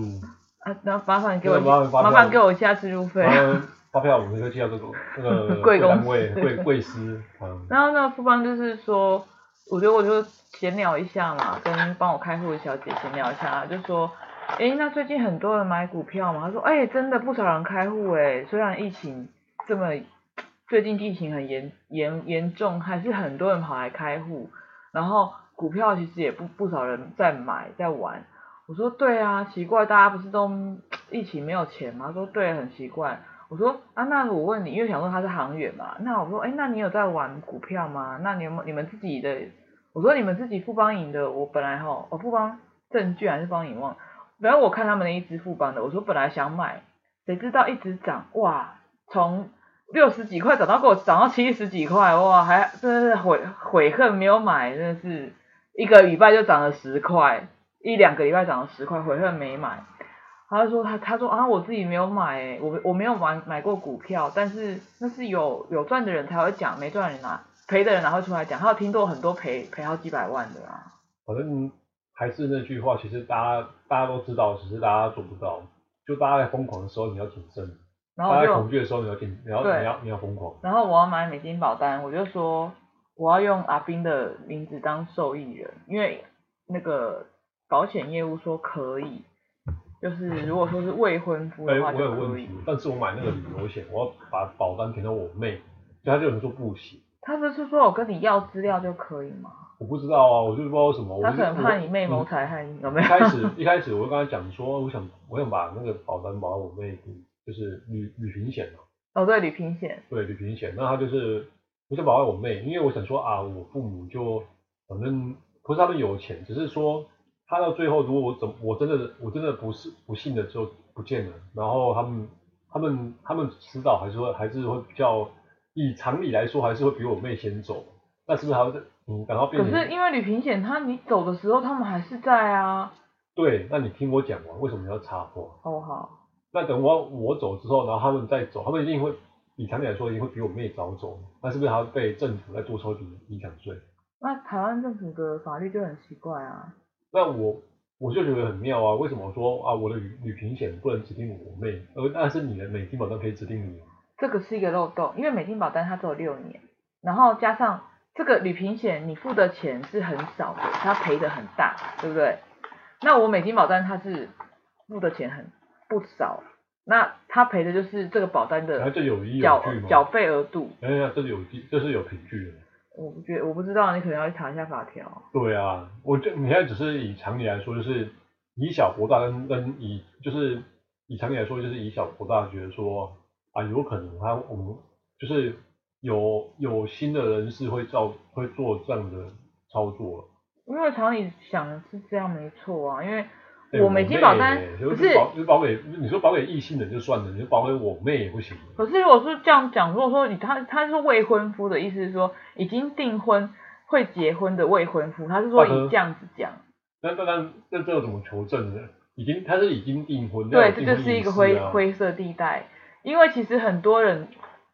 [SPEAKER 2] 啊，那麻烦给我
[SPEAKER 1] 对麻
[SPEAKER 2] 一
[SPEAKER 1] 烦发
[SPEAKER 2] 麻
[SPEAKER 1] 票
[SPEAKER 2] 烦给我一下置入费。
[SPEAKER 1] 然后发票我们就寄到这个那个
[SPEAKER 2] <laughs> 贵公司
[SPEAKER 1] 单位贵贵司，嗯，
[SPEAKER 2] 然后呢，富邦就是说，我觉得我就闲聊一下嘛，跟帮我开户的小姐闲聊一下，就说，诶，那最近很多人买股票嘛，她说，诶，真的不少人开户诶，虽然疫情这么，最近疫情很严严严重，还是很多人跑来开户，然后股票其实也不不少人在买在玩。我说对啊，奇怪，大家不是都疫情没有钱吗？她说对，很奇怪。我说啊，那我问你，因为想说他是航远嘛，那我说，哎，那你有在玩股票吗？那你有没有你们自己的？我说你们自己富邦赢的，我本来哈，哦富邦证券还是邦银忘了，然后我看他们的一支富邦的，我说本来想买，谁知道一直涨，哇，从六十几块涨到给我涨到七十几块，哇，还真的是悔悔恨没有买，真的是一个礼拜就涨了十块，一两个礼拜涨了十块，悔恨没买。他就说他他说啊，我自己没有买、欸，我我没有玩买过股票，但是那是有有赚的人才会讲，没赚的人哪赔的人哪会出来讲？他有听过很多赔赔好几百万的啊。
[SPEAKER 1] 反正还是那句话，其实大家大家都知道，只是大家做不到。就大家在疯狂的时候，你要谨慎；
[SPEAKER 2] 然后
[SPEAKER 1] 大
[SPEAKER 2] 我
[SPEAKER 1] 家在
[SPEAKER 2] 就
[SPEAKER 1] 恐惧的时候，你要谨，你要
[SPEAKER 2] 对
[SPEAKER 1] 你要你要疯狂。
[SPEAKER 2] 然后我要买美金保单，我就说我要用阿斌的名字当受益人，因为那个保险业务说可以，就是如果说是未婚夫
[SPEAKER 1] 哎、
[SPEAKER 2] 的话
[SPEAKER 1] 我有
[SPEAKER 2] 就可
[SPEAKER 1] 问
[SPEAKER 2] 以
[SPEAKER 1] 题。，但是我买那个旅游险，我要把保单填到我妹，就他就有人说不行，
[SPEAKER 2] 他不是说我跟你要资料就可以吗？
[SPEAKER 1] 我不知道啊，我就不知道为什么，我
[SPEAKER 2] 他
[SPEAKER 1] 就
[SPEAKER 2] 可能怕你妹
[SPEAKER 1] 我
[SPEAKER 2] 谋财害命，有没
[SPEAKER 1] 一
[SPEAKER 2] 有？
[SPEAKER 1] 开始一开始我就跟他讲说，我想我想把那个保单保我妹，就是旅旅行险嘛，
[SPEAKER 2] 哦，对，旅平险。
[SPEAKER 1] 对旅行险，那他就是我想保我妹，因为我想说啊，我父母就反正不是他们有钱，只是说他到最后如果我怎我真的我真的不是不幸的就不见了，然后他们他们他们知道还是会还是会比较以常理来说还是会比我妹先走，那是不是还要再嗯等到变
[SPEAKER 2] 可
[SPEAKER 1] 成
[SPEAKER 2] 是因为旅平险，他你走的时候，他们还是在啊。
[SPEAKER 1] 对？那你听我讲完，为什么你要插话？
[SPEAKER 2] 哦好，
[SPEAKER 1] 那等我我走之后，然后他们再走，他们一定会以常理来说一定会比我妹早走，那是不是还要被政府再多抽抵影响税？
[SPEAKER 2] 那台湾政府的法律就很奇怪啊。
[SPEAKER 1] 那我我就觉得很妙啊，为什么我说啊我的旅旅平险不能指定我妹，而但是你的美金保单可以指定你？
[SPEAKER 2] 这个是一个漏洞，因为美金保单它只有六年，然后加上这个旅平险你付的钱是很少的，它赔的很大，对不对？那我美金保单它是付的钱很不少，那他赔的就是这个保单
[SPEAKER 1] 然后
[SPEAKER 2] 的
[SPEAKER 1] 这有依有
[SPEAKER 2] 缴
[SPEAKER 1] 据吗？
[SPEAKER 2] 缴费额度。
[SPEAKER 1] 哎呀，这是有据，这是有凭据的。
[SPEAKER 2] 我不觉我不知道，你可能要去查一下法条。
[SPEAKER 1] 对啊，我这你看，只是以常理来说，就是以小博大跟跟以就是以常理来说，就是以小博大，觉得说啊，有可能他我们就是有有新的人士会造会做这样的操作。啊
[SPEAKER 2] 因为常理想的是这样没错啊，因为
[SPEAKER 1] 对
[SPEAKER 2] 我美金保单
[SPEAKER 1] 妹
[SPEAKER 2] 不
[SPEAKER 1] 就是保就保给你说保给异性人就算了，你说保给我妹也不行。
[SPEAKER 2] 可是如果是这样讲，如果说你他他是未婚夫的意思是说已经订婚会结婚的未婚夫，他是说
[SPEAKER 1] 大哥
[SPEAKER 2] 以这样子讲，
[SPEAKER 1] 那那那那这要怎么求证呢？已经他是已经订婚，
[SPEAKER 2] 对，
[SPEAKER 1] 那
[SPEAKER 2] 这
[SPEAKER 1] 有订
[SPEAKER 2] 就
[SPEAKER 1] 婚
[SPEAKER 2] 是一个
[SPEAKER 1] 仪式
[SPEAKER 2] 灰
[SPEAKER 1] 啊
[SPEAKER 2] 灰色地带，因为其实很多人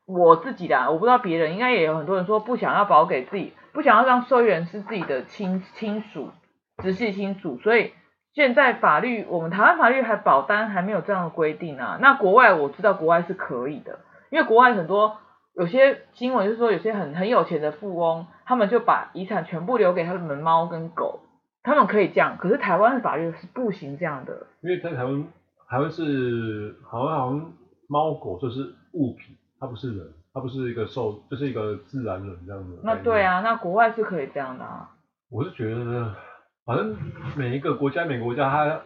[SPEAKER 2] 我自己啊啦，我不知道别人，应该也有很多人说不想要保给自己，不想要让受益人是自己的亲亲属、直系亲属，所以现在法律我们台湾法律还保单还没有这样的规定啊。那国外我知道国外是可以的，因为国外很多有些新闻就是说有些很很有钱的富翁，他们就把遗产全部留给他们的猫跟狗。他们可以这样，可是台湾的法律是不行这样的。
[SPEAKER 1] 因为在台湾，台湾是好像好像猫狗就是物品，它不是人，它不是一个受，就是一个自然人这样的。
[SPEAKER 2] 那对，啊，那国外是可以这样的啊。
[SPEAKER 1] 我是觉得，反正每一个国家，每个国家它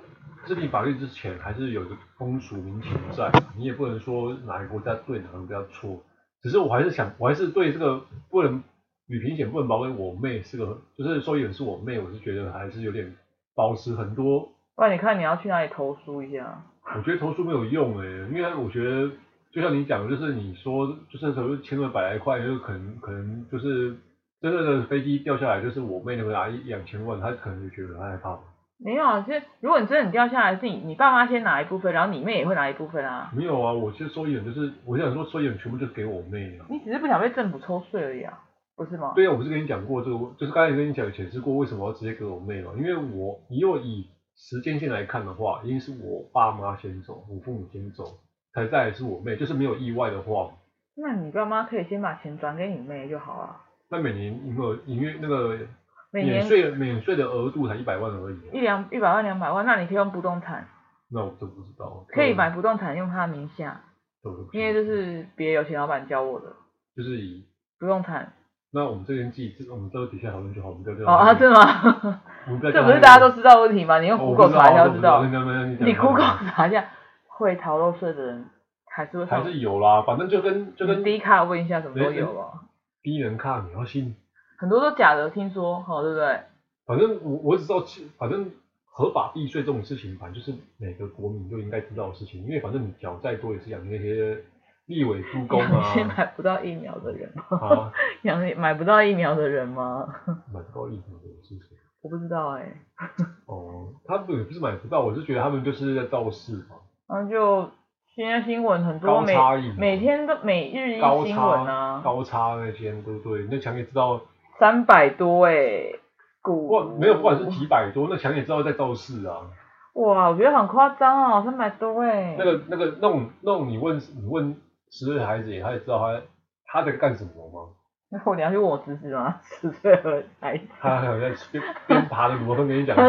[SPEAKER 1] 制定法律之前，还是有一个风俗民情在，你也不能说哪个国家对，哪个国家错。只是我还是想，我还是对这个不能旅平险不能保给我妹是个，就是说也是我妹，我是觉得还是有点保持很多
[SPEAKER 2] 不然你看你要去哪里投诉一下？
[SPEAKER 1] 我觉得投诉没有用诶、因为我觉得就像你讲的，就是你说就是可能千了百来块，就是可能可能就是真正的飞机掉下来，就是我妹能拿一两千万，她可能就觉得很害怕。
[SPEAKER 2] 没有啊，就是如果你真的掉下来，是你你爸妈先拿一部分，然后你妹也会拿一部分啊。
[SPEAKER 1] 没有啊，我是收眼，就是我想说收眼全部就给我妹啊。
[SPEAKER 2] 你只是不想被政府抽税而已啊，不是吗？
[SPEAKER 1] 对啊，我不是跟你讲过这个，就是刚才跟你讲解释过为什么要直接给我妹嘛，因为我你又以时间线来看的话，一定是我爸妈先走，我父母先走，才再来是我妹，就是没有意外的话，
[SPEAKER 2] 那你爸妈可以先把钱转给你妹就好了，
[SPEAKER 1] 那每年有没有因为那个
[SPEAKER 2] 每
[SPEAKER 1] 免
[SPEAKER 2] 年
[SPEAKER 1] 税免税的额度才一百万而已，哦
[SPEAKER 2] 一两一百万两百万，那你可以用不动产，
[SPEAKER 1] 那我都不知道。
[SPEAKER 2] 可以买不动产用他名下，
[SPEAKER 1] 对，对不起
[SPEAKER 2] 因为这是别有钱老板教我的
[SPEAKER 1] 就是以
[SPEAKER 2] 不动产。
[SPEAKER 1] 那我们这边记，我们这个底下讨论就好，我们不要这
[SPEAKER 2] 哦啊，真的吗？ <laughs>
[SPEAKER 1] 我们不要哦
[SPEAKER 2] 这不是大家都知道的问题吗？你用 Google 查一下就哦知道。你
[SPEAKER 1] 你
[SPEAKER 2] Google 查一下，会逃漏税的人还是会逃
[SPEAKER 1] 还是有啦，反正就跟就跟
[SPEAKER 2] 你 D 卡问一下，什么都有啊，
[SPEAKER 1] 低人看，你要信。
[SPEAKER 2] 很多都假的，听说，好、对不对？
[SPEAKER 1] 反正我我只知道其，反正合法避税这种事情，反正就是每个国民就应该知道的事情，因为反正你缴再多也是养那些立委猪公
[SPEAKER 2] 养那些
[SPEAKER 1] 啊
[SPEAKER 2] 买不到疫苗的人，
[SPEAKER 1] 啊，
[SPEAKER 2] 养那买不到疫苗的人吗？
[SPEAKER 1] 买不到疫苗的事情。
[SPEAKER 2] 我不知道哎、
[SPEAKER 1] 哦，他不也不是买不到，我是觉得他们就是在造势嘛，
[SPEAKER 2] 然后就现在新闻很多
[SPEAKER 1] 高
[SPEAKER 2] 每
[SPEAKER 1] 差异，
[SPEAKER 2] 每天都每日一
[SPEAKER 1] 高
[SPEAKER 2] 新
[SPEAKER 1] 差
[SPEAKER 2] 闻啊，
[SPEAKER 1] 高差那些对不对？那强也知道，
[SPEAKER 2] 三百多哎、
[SPEAKER 1] 不
[SPEAKER 2] 股
[SPEAKER 1] 管没有不管是几百多，那强也知道在造势啊。
[SPEAKER 2] 哇，我觉得很夸张哦，三百多哎、
[SPEAKER 1] 那个那个那种那种你问你问十岁的孩子也，他也知道他他在干什么吗？
[SPEAKER 2] 那我等一下去问我侄子吗？ <laughs> 十岁了才
[SPEAKER 1] 他还在边边爬着萝卜跟你讲
[SPEAKER 2] <laughs> 啊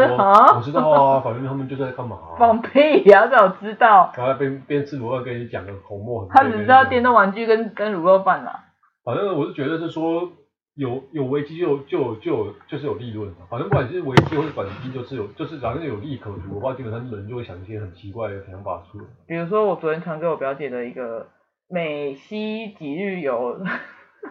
[SPEAKER 1] 说，我知道啊，反正他们就在干嘛、啊。
[SPEAKER 2] 放屁呀、早知道，
[SPEAKER 1] 然后边边吃萝卜跟你讲的口沫很
[SPEAKER 2] 他
[SPEAKER 1] 累
[SPEAKER 2] 只
[SPEAKER 1] 跟
[SPEAKER 2] 知
[SPEAKER 1] 你
[SPEAKER 2] 道
[SPEAKER 1] 讲
[SPEAKER 2] 电动玩具跟跟卤肉饭啦、啊
[SPEAKER 1] 反正我是觉得是说有有危机就有就有就有就是有利润嘛，反正不管是危机或者转机，就是有就是反正有利可图的话，基本上人就会想一些很奇怪的想法出来。
[SPEAKER 2] 比如说我昨天传给我表姐的一个美西几日游 <laughs>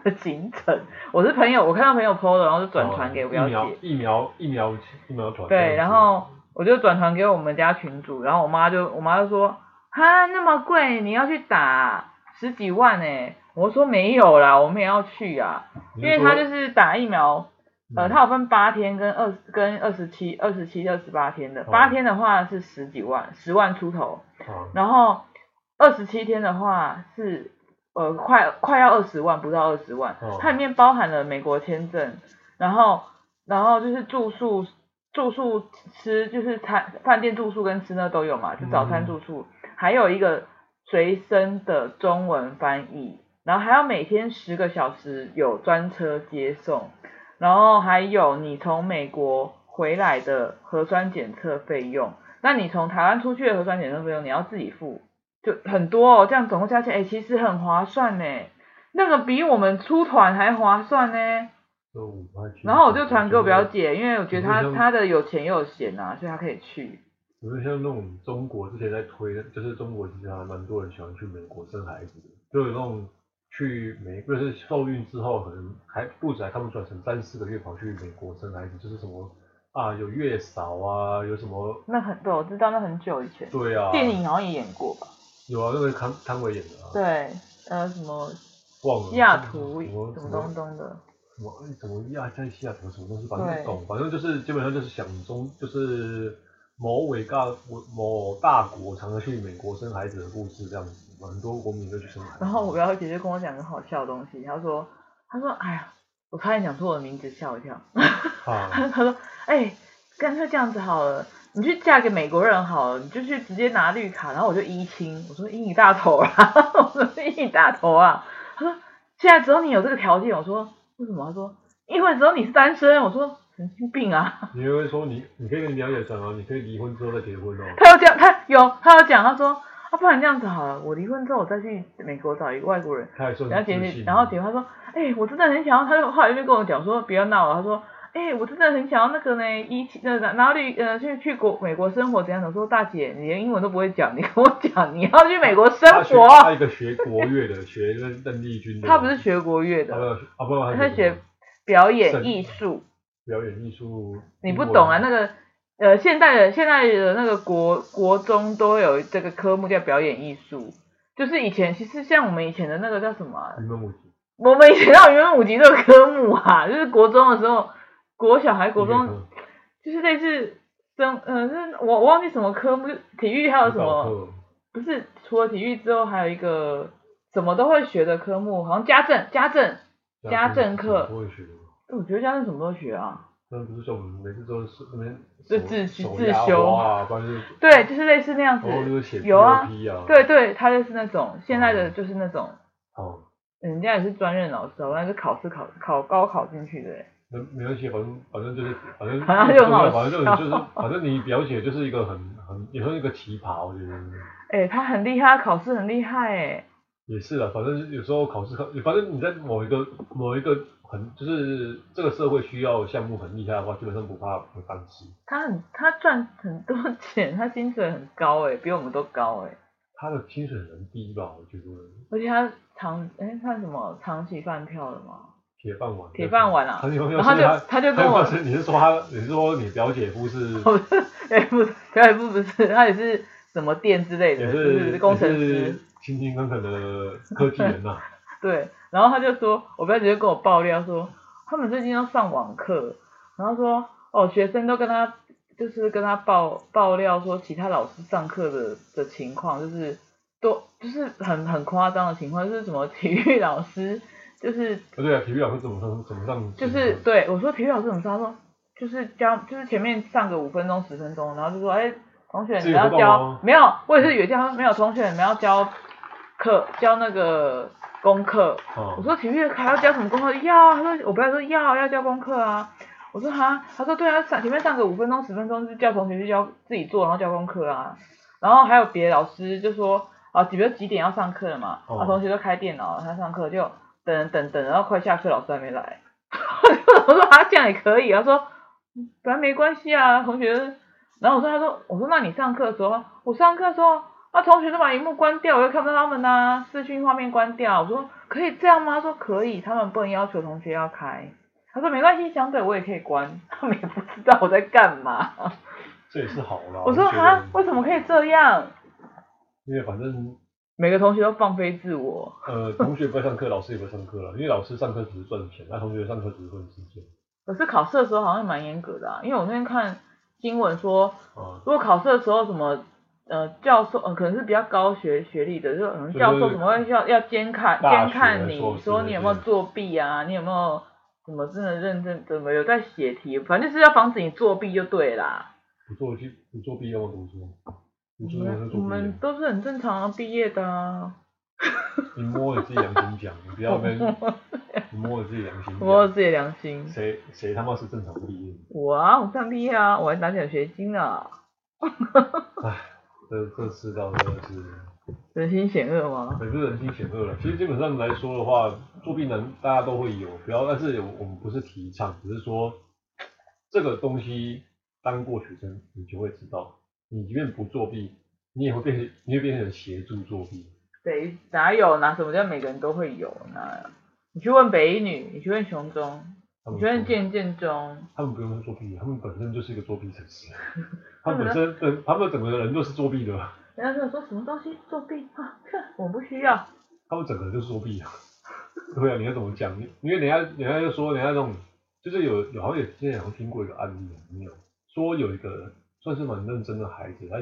[SPEAKER 2] 的行程，我是朋友，我看到朋友 PO 的，然后就转传给我表姐，
[SPEAKER 1] 啊疫苗疫苗疫苗疫苗团
[SPEAKER 2] 对，然后我就转传给我们家群主，然后我妈就我妈就说，哈那么贵，你要去打十几万哎、我说没有啦，我们也要去啊，因为他
[SPEAKER 1] 他
[SPEAKER 2] 就是打疫苗
[SPEAKER 1] 嗯
[SPEAKER 2] 呃，它有分八天跟二跟二十七、二十七、二十八天的。
[SPEAKER 1] 哦
[SPEAKER 2] 八天的话是十几万，十万出头，
[SPEAKER 1] 啊
[SPEAKER 2] 然后二十七天的话是呃快快要二十万，不到二十万
[SPEAKER 1] 哦。
[SPEAKER 2] 它里面包含了美国签证，然后然后就是住宿住宿吃就是餐饭店住宿跟吃那都有嘛，就早餐
[SPEAKER 1] 嗯
[SPEAKER 2] 住宿，还有一个随身的中文翻译，然后还要每天十个小时有专车接送。然后还有你从美国回来的核酸检测费用，那你从台湾出去的核酸检测费用你要自己付，就很多哦，这样总共加起来，哎，其实很划算呢。那个比我们出团还划算呢。
[SPEAKER 1] 就五块钱。
[SPEAKER 2] 然后我就传给我表
[SPEAKER 1] 姐。
[SPEAKER 2] 姐，因为我觉得
[SPEAKER 1] 嗯你
[SPEAKER 2] 她
[SPEAKER 1] 说像
[SPEAKER 2] 她的有钱又有闲啊，所以她可以去。
[SPEAKER 1] 比如像那种中国之前在推的，就是中国其实还蛮多人喜欢去美国生孩子的，就有那种去美，就是受孕之后可能还肚子还看不出来，可能三四个月跑去美国生孩子，就是什么啊有月嫂啊，有什么
[SPEAKER 2] 那很对，我知道那很久以前，
[SPEAKER 1] 对啊，
[SPEAKER 2] 电影好像也演过吧？
[SPEAKER 1] 有啊，那个汤汤唯演的啊，
[SPEAKER 2] 对，呃，什么
[SPEAKER 1] 忘了
[SPEAKER 2] 西雅图
[SPEAKER 1] 什么
[SPEAKER 2] 什么东东的，
[SPEAKER 1] 什么什么亚在西雅图什么东西，反正
[SPEAKER 2] 对
[SPEAKER 1] 不懂，反正就是基本上就是想中就是某伟大某大国常常去美国生孩子的故事这样子，很多国民都去生孩子。
[SPEAKER 2] 然后我表姐就跟我讲个好笑的东西，她说，她说，哎呀，我差点讲出我的名字，吓我一跳。
[SPEAKER 1] 啊，
[SPEAKER 2] 她说，哎、干脆这样子好了，你去嫁给美国人好了，你就去直接拿绿卡，然后我就依亲。我说依你大头啊，我说依你大头啊。她说，现在只有你有这个条件。我说，为什么？她说，因为只有你是单身。我说，神经病啊。
[SPEAKER 1] 你会说你你可以跟你表姐讲啊，你可以离婚之后再结婚哦。
[SPEAKER 2] 他有讲，他有，他有讲，他说，啊，不然这样子好了，我离婚之后我再去美国找一个外国人，
[SPEAKER 1] 他还说
[SPEAKER 2] 然
[SPEAKER 1] 很
[SPEAKER 2] 后姐
[SPEAKER 1] 自
[SPEAKER 2] 姐，
[SPEAKER 1] 信，
[SPEAKER 2] 然后姐姐她说，哎、我真的很想要，他就后来就跟我讲说，不要闹了，他说，哎、我真的很想要那个呢，一起呃拿拿绿呃去去国美国生活怎样的？我说大姐，你连英文都不会讲，你跟我讲你要去美国生
[SPEAKER 1] 他学
[SPEAKER 2] 活，
[SPEAKER 1] 他一个学国乐的，学那邓丽君的。
[SPEAKER 2] 他不是学国乐
[SPEAKER 1] 啊
[SPEAKER 2] 的，
[SPEAKER 1] 不啊不，
[SPEAKER 2] 他
[SPEAKER 1] 他
[SPEAKER 2] 学
[SPEAKER 1] 什么
[SPEAKER 2] 表演艺术，
[SPEAKER 1] 表演艺术。
[SPEAKER 2] 你不懂啊，
[SPEAKER 1] 英文
[SPEAKER 2] 那个。呃，现代的现在的那个国国中都有这个科目叫表演艺术，就是以前其实像我们以前的那个叫什么啊、
[SPEAKER 1] 你们母亲
[SPEAKER 2] 我们以前到语文五级这个科目啊，就是国中的时候，国小还国
[SPEAKER 1] 体育
[SPEAKER 2] 中
[SPEAKER 1] 课，
[SPEAKER 2] 就是类似生，呃，是我我忘记什么科目，就体育还有什
[SPEAKER 1] 舞
[SPEAKER 2] 么，
[SPEAKER 1] 蹈课
[SPEAKER 2] 不是除了体育之后还有一个什么都会学的科目，好像家政，家政，家政嗯课哎
[SPEAKER 1] 不会学的。
[SPEAKER 2] 我觉得家政什么都学啊，
[SPEAKER 1] 那不是说我们每次都是那边
[SPEAKER 2] 就
[SPEAKER 1] 手
[SPEAKER 2] 自自
[SPEAKER 1] 手
[SPEAKER 2] 自
[SPEAKER 1] 压
[SPEAKER 2] 修
[SPEAKER 1] 花啊，不然就是
[SPEAKER 2] 对，就是类似那样子
[SPEAKER 1] 然后就是写，
[SPEAKER 2] 有啊，
[SPEAKER 1] POP 啊，
[SPEAKER 2] 对对，他就是那种现在的就是那种，
[SPEAKER 1] 哦，
[SPEAKER 2] 人家也是专任老师，好像是考试考考高考进去的欸，
[SPEAKER 1] 没没关系，反正反正就是反
[SPEAKER 2] <laughs>
[SPEAKER 1] 正
[SPEAKER 2] 好像就很好笑
[SPEAKER 1] 反正就是啊反正你表姐就是一个很很也算一个奇葩，我觉得
[SPEAKER 2] 哎、他很厉害，他考试很厉害哎。
[SPEAKER 1] 也是啊，反正有时候考试考，反正你在某一个某一个很就是这个社会需要项目很厉害的话，基本上不怕没饭吃。
[SPEAKER 2] 他很他赚很多钱，他薪水很高哎，比我们都高哎，
[SPEAKER 1] 他的薪水很低吧，我觉得
[SPEAKER 2] 而且他长哎他什么长期饭票的嘛，
[SPEAKER 1] 铁饭碗。
[SPEAKER 2] 铁饭碗啊
[SPEAKER 1] 他有没有
[SPEAKER 2] 然后
[SPEAKER 1] 是
[SPEAKER 2] 就他就跟我
[SPEAKER 1] 是你是说他你是说你表姐夫是
[SPEAKER 2] <laughs> 不是哎不是哎不不是，他也是什么店之类
[SPEAKER 1] 也
[SPEAKER 2] 的，
[SPEAKER 1] 是
[SPEAKER 2] 就是工程
[SPEAKER 1] 也
[SPEAKER 2] 师
[SPEAKER 1] 是勤勤恳恳的科技人呐、 <laughs> 啊
[SPEAKER 2] 对，然后他就说，我表姐就跟我爆料说，他们最近要上网课，然后说哦学生都跟他就是跟他爆爆料说其他老师上课的的情况就是都就是很很夸张的情况，就是什么体育老师就是
[SPEAKER 1] 不对啊，体育老师怎么上怎么上？
[SPEAKER 2] 就是对我说体育老师怎么说？他说就是教，就是前面上个五分钟十分钟，然后就说哎，同学你
[SPEAKER 1] 自由
[SPEAKER 2] 们
[SPEAKER 1] 活
[SPEAKER 2] 要
[SPEAKER 1] 动
[SPEAKER 2] 教
[SPEAKER 1] 哦
[SPEAKER 2] 没有？我也是有这样，他说没有同学你们要教课教那个功课。
[SPEAKER 1] 哦
[SPEAKER 2] 我说体育还要教什么功课？要啊，他说我不要说要要教功课啊。我说哈，他说对啊，上前面上个五分钟十分钟就叫同学去教自己做，然后教功课啊。然后还有别的老师就说啊，比如几点要上课了嘛，
[SPEAKER 1] 哦
[SPEAKER 2] 啊同学都开电脑了，他上课就等等等，然后快下课老师还没来。 <laughs> 我说啊，这样也可以。他说，嗯反正没关系啊，同学。然后我说，他说，我说那你上课的时候，我上课的时候，啊，同学都把荧幕关掉，我又看不到他们呐、视讯画面关掉。我说可以这样吗？他说可以，他们不能要求同学要开。他说没关系，相对我也可以关，他们也不知道我在干嘛。
[SPEAKER 1] 这也是好啦。
[SPEAKER 2] 我说
[SPEAKER 1] 哦觉得
[SPEAKER 2] 啊，为什么可以这样？
[SPEAKER 1] 因为反正
[SPEAKER 2] 每个同学都放飞自我，
[SPEAKER 1] 呃，同学不会上课，老师也不会上课了，因为老师上课只是赚钱，那同学上课只是赚时间
[SPEAKER 2] 可是考试的时候好像蛮严格的、啊，因为我那天看新闻说，
[SPEAKER 1] 啊。
[SPEAKER 2] 如果考试的时候什么呃教授呃可能是比较高学学历的，就可能教授什么会要要监看
[SPEAKER 1] 大
[SPEAKER 2] 监
[SPEAKER 1] 学
[SPEAKER 2] 看你
[SPEAKER 1] 硕士
[SPEAKER 2] 说你有没有
[SPEAKER 1] 那些
[SPEAKER 2] 作弊啊，你有没有什么真的认真怎么有在写题，反正就是要防止你作弊就对啦。
[SPEAKER 1] 不做就不作弊要么读书，读
[SPEAKER 2] 我
[SPEAKER 1] 书要
[SPEAKER 2] 们
[SPEAKER 1] 么作
[SPEAKER 2] 我们
[SPEAKER 1] 弊。
[SPEAKER 2] 都是很正常的毕业的啊，
[SPEAKER 1] 你摸你自己良心讲，你不要跟你摸你自己良心
[SPEAKER 2] 我有
[SPEAKER 1] 讲。
[SPEAKER 2] 自己的良心。
[SPEAKER 1] 谁谁他妈是正常毕业？
[SPEAKER 2] 我啊，我上毕业啊，我还拿奖学金啊。
[SPEAKER 1] 唉，这这世道真的是
[SPEAKER 2] 人心险恶吗？
[SPEAKER 1] 也不是人心险恶了。其实基本上来说的话，作弊能大家都会有，不要，但是我我们不是提倡，只是说这个东西当过学生，你就会知道，你即便不作弊，你也会变成，你会变成协助作弊。
[SPEAKER 2] 谁哪有哪什么叫每个人都会有哪有？你去问北一女，你去问雄中，
[SPEAKER 1] 他们
[SPEAKER 2] 你去问建建中，
[SPEAKER 1] 他们不用作弊，他们本身就是一个作弊城市，他们本身呃，他们整个人就是作弊的，
[SPEAKER 2] 人家跟我说什么东西作弊啊？哼我不需要。
[SPEAKER 1] 他们整个人就是作弊啊。 <laughs> 对啊，你要怎么讲？你因为人家人家就说人家那种，就是有有好像有之前好像听过一个案例，有没有？说有一个算是蛮认真的孩子，他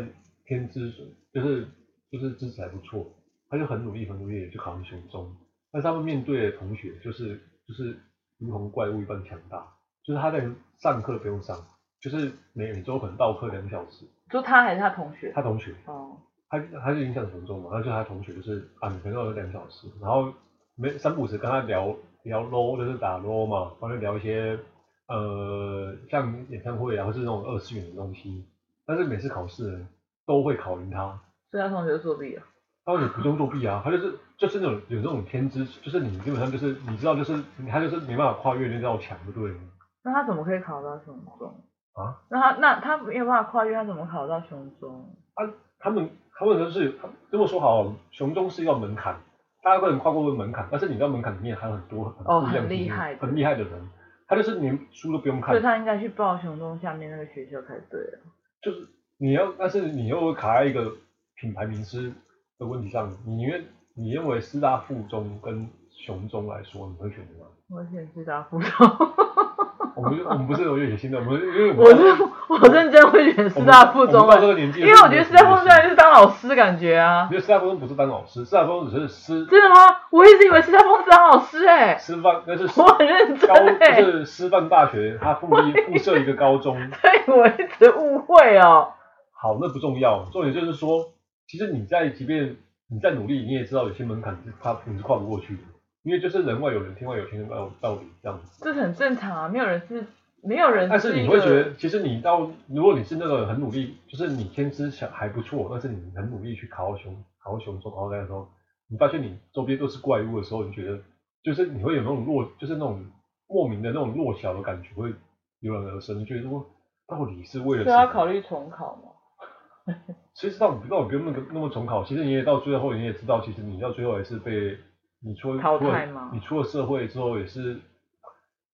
[SPEAKER 1] 天资就是就是资质还不错，他就很努力很努力地就考上雄中，但是他们面对的同学就是就是如同怪物一般强大，就是他在上课不用上，就是每每周可能到课两小时，
[SPEAKER 2] 就他还是他同学？
[SPEAKER 1] 他同学
[SPEAKER 2] 哦，
[SPEAKER 1] 他他就影响很重嘛，他就他同学就是啊，每天都有两小时，然后没三不五时跟他聊聊 low，就是打 low 嘛，反正聊一些呃像演唱会啊，或是那种二次元的东西，但是每次考试呢都会考赢他，
[SPEAKER 2] 所以他同学就作弊了。
[SPEAKER 1] 他说你不用作弊啊，他就是就是那种有那种天资，就是你基本上就是你知道就是他就是没办法跨越那道墙，就对了。
[SPEAKER 2] 那他怎么可以考到雄中？
[SPEAKER 1] 啊？
[SPEAKER 2] 那他那他没有办法跨越，他怎么考到雄中？
[SPEAKER 1] 他们他们就是他如果说好，雄中是一道门槛，大家可能跨过这个门槛，但是你知道门槛里面还有很多很
[SPEAKER 2] 哦
[SPEAKER 1] 不一样的
[SPEAKER 2] 很厉
[SPEAKER 1] 人
[SPEAKER 2] 害的
[SPEAKER 1] 很厉害的人，他就是连书都不用看
[SPEAKER 2] 所以，他应该去报雄中下面那个学校才对啊。
[SPEAKER 1] 就是你要，但是你又卡在一个品牌名师的问题上，你因为你认为师大附中跟雄中来说，你会选择哪？
[SPEAKER 2] 我选师
[SPEAKER 1] <laughs>
[SPEAKER 2] 大附中，
[SPEAKER 1] 我们我们不是有野心的，我们因为我们
[SPEAKER 2] 我是我认真会选师大附
[SPEAKER 1] 我
[SPEAKER 2] 中
[SPEAKER 1] 们到这
[SPEAKER 2] 啊，
[SPEAKER 1] 个年纪，
[SPEAKER 2] 因为我觉得师大附中就是当老师感觉啊
[SPEAKER 1] 因。为师大附中不是当老师，师大附中只是师
[SPEAKER 2] 真的吗？我一直以为师大附中是当老师哎、 <laughs>
[SPEAKER 1] 师范，那是
[SPEAKER 2] 我很认真
[SPEAKER 1] 高
[SPEAKER 2] 哎、
[SPEAKER 1] 就是师范大学，它附一附设一个高中，
[SPEAKER 2] 对，我一直误会哦。
[SPEAKER 1] 好，那不重要，重点就是说，其实你在即便你再努力，你也知道有些门槛是跨你是跨不过去的，因为就是人外有人，天外有天，人外有道理这样子。
[SPEAKER 2] 这是很正常啊，没有人是没有人
[SPEAKER 1] 但
[SPEAKER 2] 是
[SPEAKER 1] 是
[SPEAKER 2] 一
[SPEAKER 1] 你
[SPEAKER 2] 个
[SPEAKER 1] 会觉得，其实你到，如果你是那个很努力，就是你天资想还不错，但是你很努力去考到熊，考到熊中，考到那的时候，你发现你周边都是怪物的时候，你觉得就是你会有那种弱，就是那种莫名的那种弱小的感觉会油然而生，就觉得说到底是为了
[SPEAKER 2] 所以要
[SPEAKER 1] 什
[SPEAKER 2] 啊考
[SPEAKER 1] 么？
[SPEAKER 2] 虑重考嘛。
[SPEAKER 1] 其实到底到底不用那个那么重考，其实你也到最后你也知道，其实你到最后也是被你出了
[SPEAKER 2] 淘
[SPEAKER 1] 出
[SPEAKER 2] 汰
[SPEAKER 1] 了
[SPEAKER 2] 吗
[SPEAKER 1] 你出了社会之后也是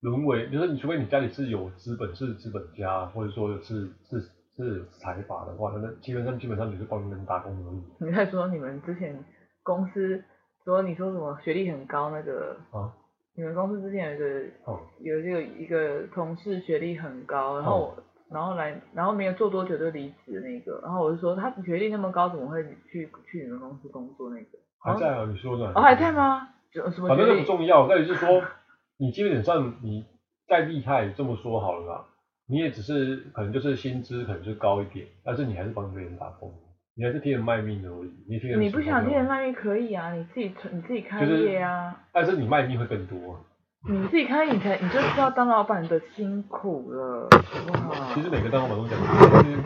[SPEAKER 1] 沦为，就是你除非你家里是有资本是资本家，或者说是是是有财阀的话，那基本上基本上你是帮人打工而已。
[SPEAKER 2] 你在说你们之前公司说你说什么学历很高那个
[SPEAKER 1] 啊？
[SPEAKER 2] 你们公司之前有一个
[SPEAKER 1] 哦、
[SPEAKER 2] 有这个一个同事学历很高，然后
[SPEAKER 1] 啊
[SPEAKER 2] 我、然后来然后没有做多久就离职那个，然后我就说他学历那么高，怎么会去去你们公司工作那个？
[SPEAKER 1] 还在啊？你说呢？
[SPEAKER 2] 哦，还在？吗？就什么
[SPEAKER 1] 反
[SPEAKER 2] 学
[SPEAKER 1] 正那不
[SPEAKER 2] 历？
[SPEAKER 1] 重要，那也就是说，你基本上你再厉害，这么说好了啦，你也只是可能就是薪资可能就高一点，但是你还是帮别人打工，你还是替人卖命的而已，你替人
[SPEAKER 2] 你不
[SPEAKER 1] 手工
[SPEAKER 2] 想
[SPEAKER 1] 的
[SPEAKER 2] 听人卖力可以啊，你自己存你自己开
[SPEAKER 1] 就是
[SPEAKER 2] 业啊，
[SPEAKER 1] 但是你卖命会更
[SPEAKER 2] 哦
[SPEAKER 1] 多。
[SPEAKER 2] 你自己开业你才你就知道当老板的辛苦了，好不好
[SPEAKER 1] 其？实每个当老板都讲，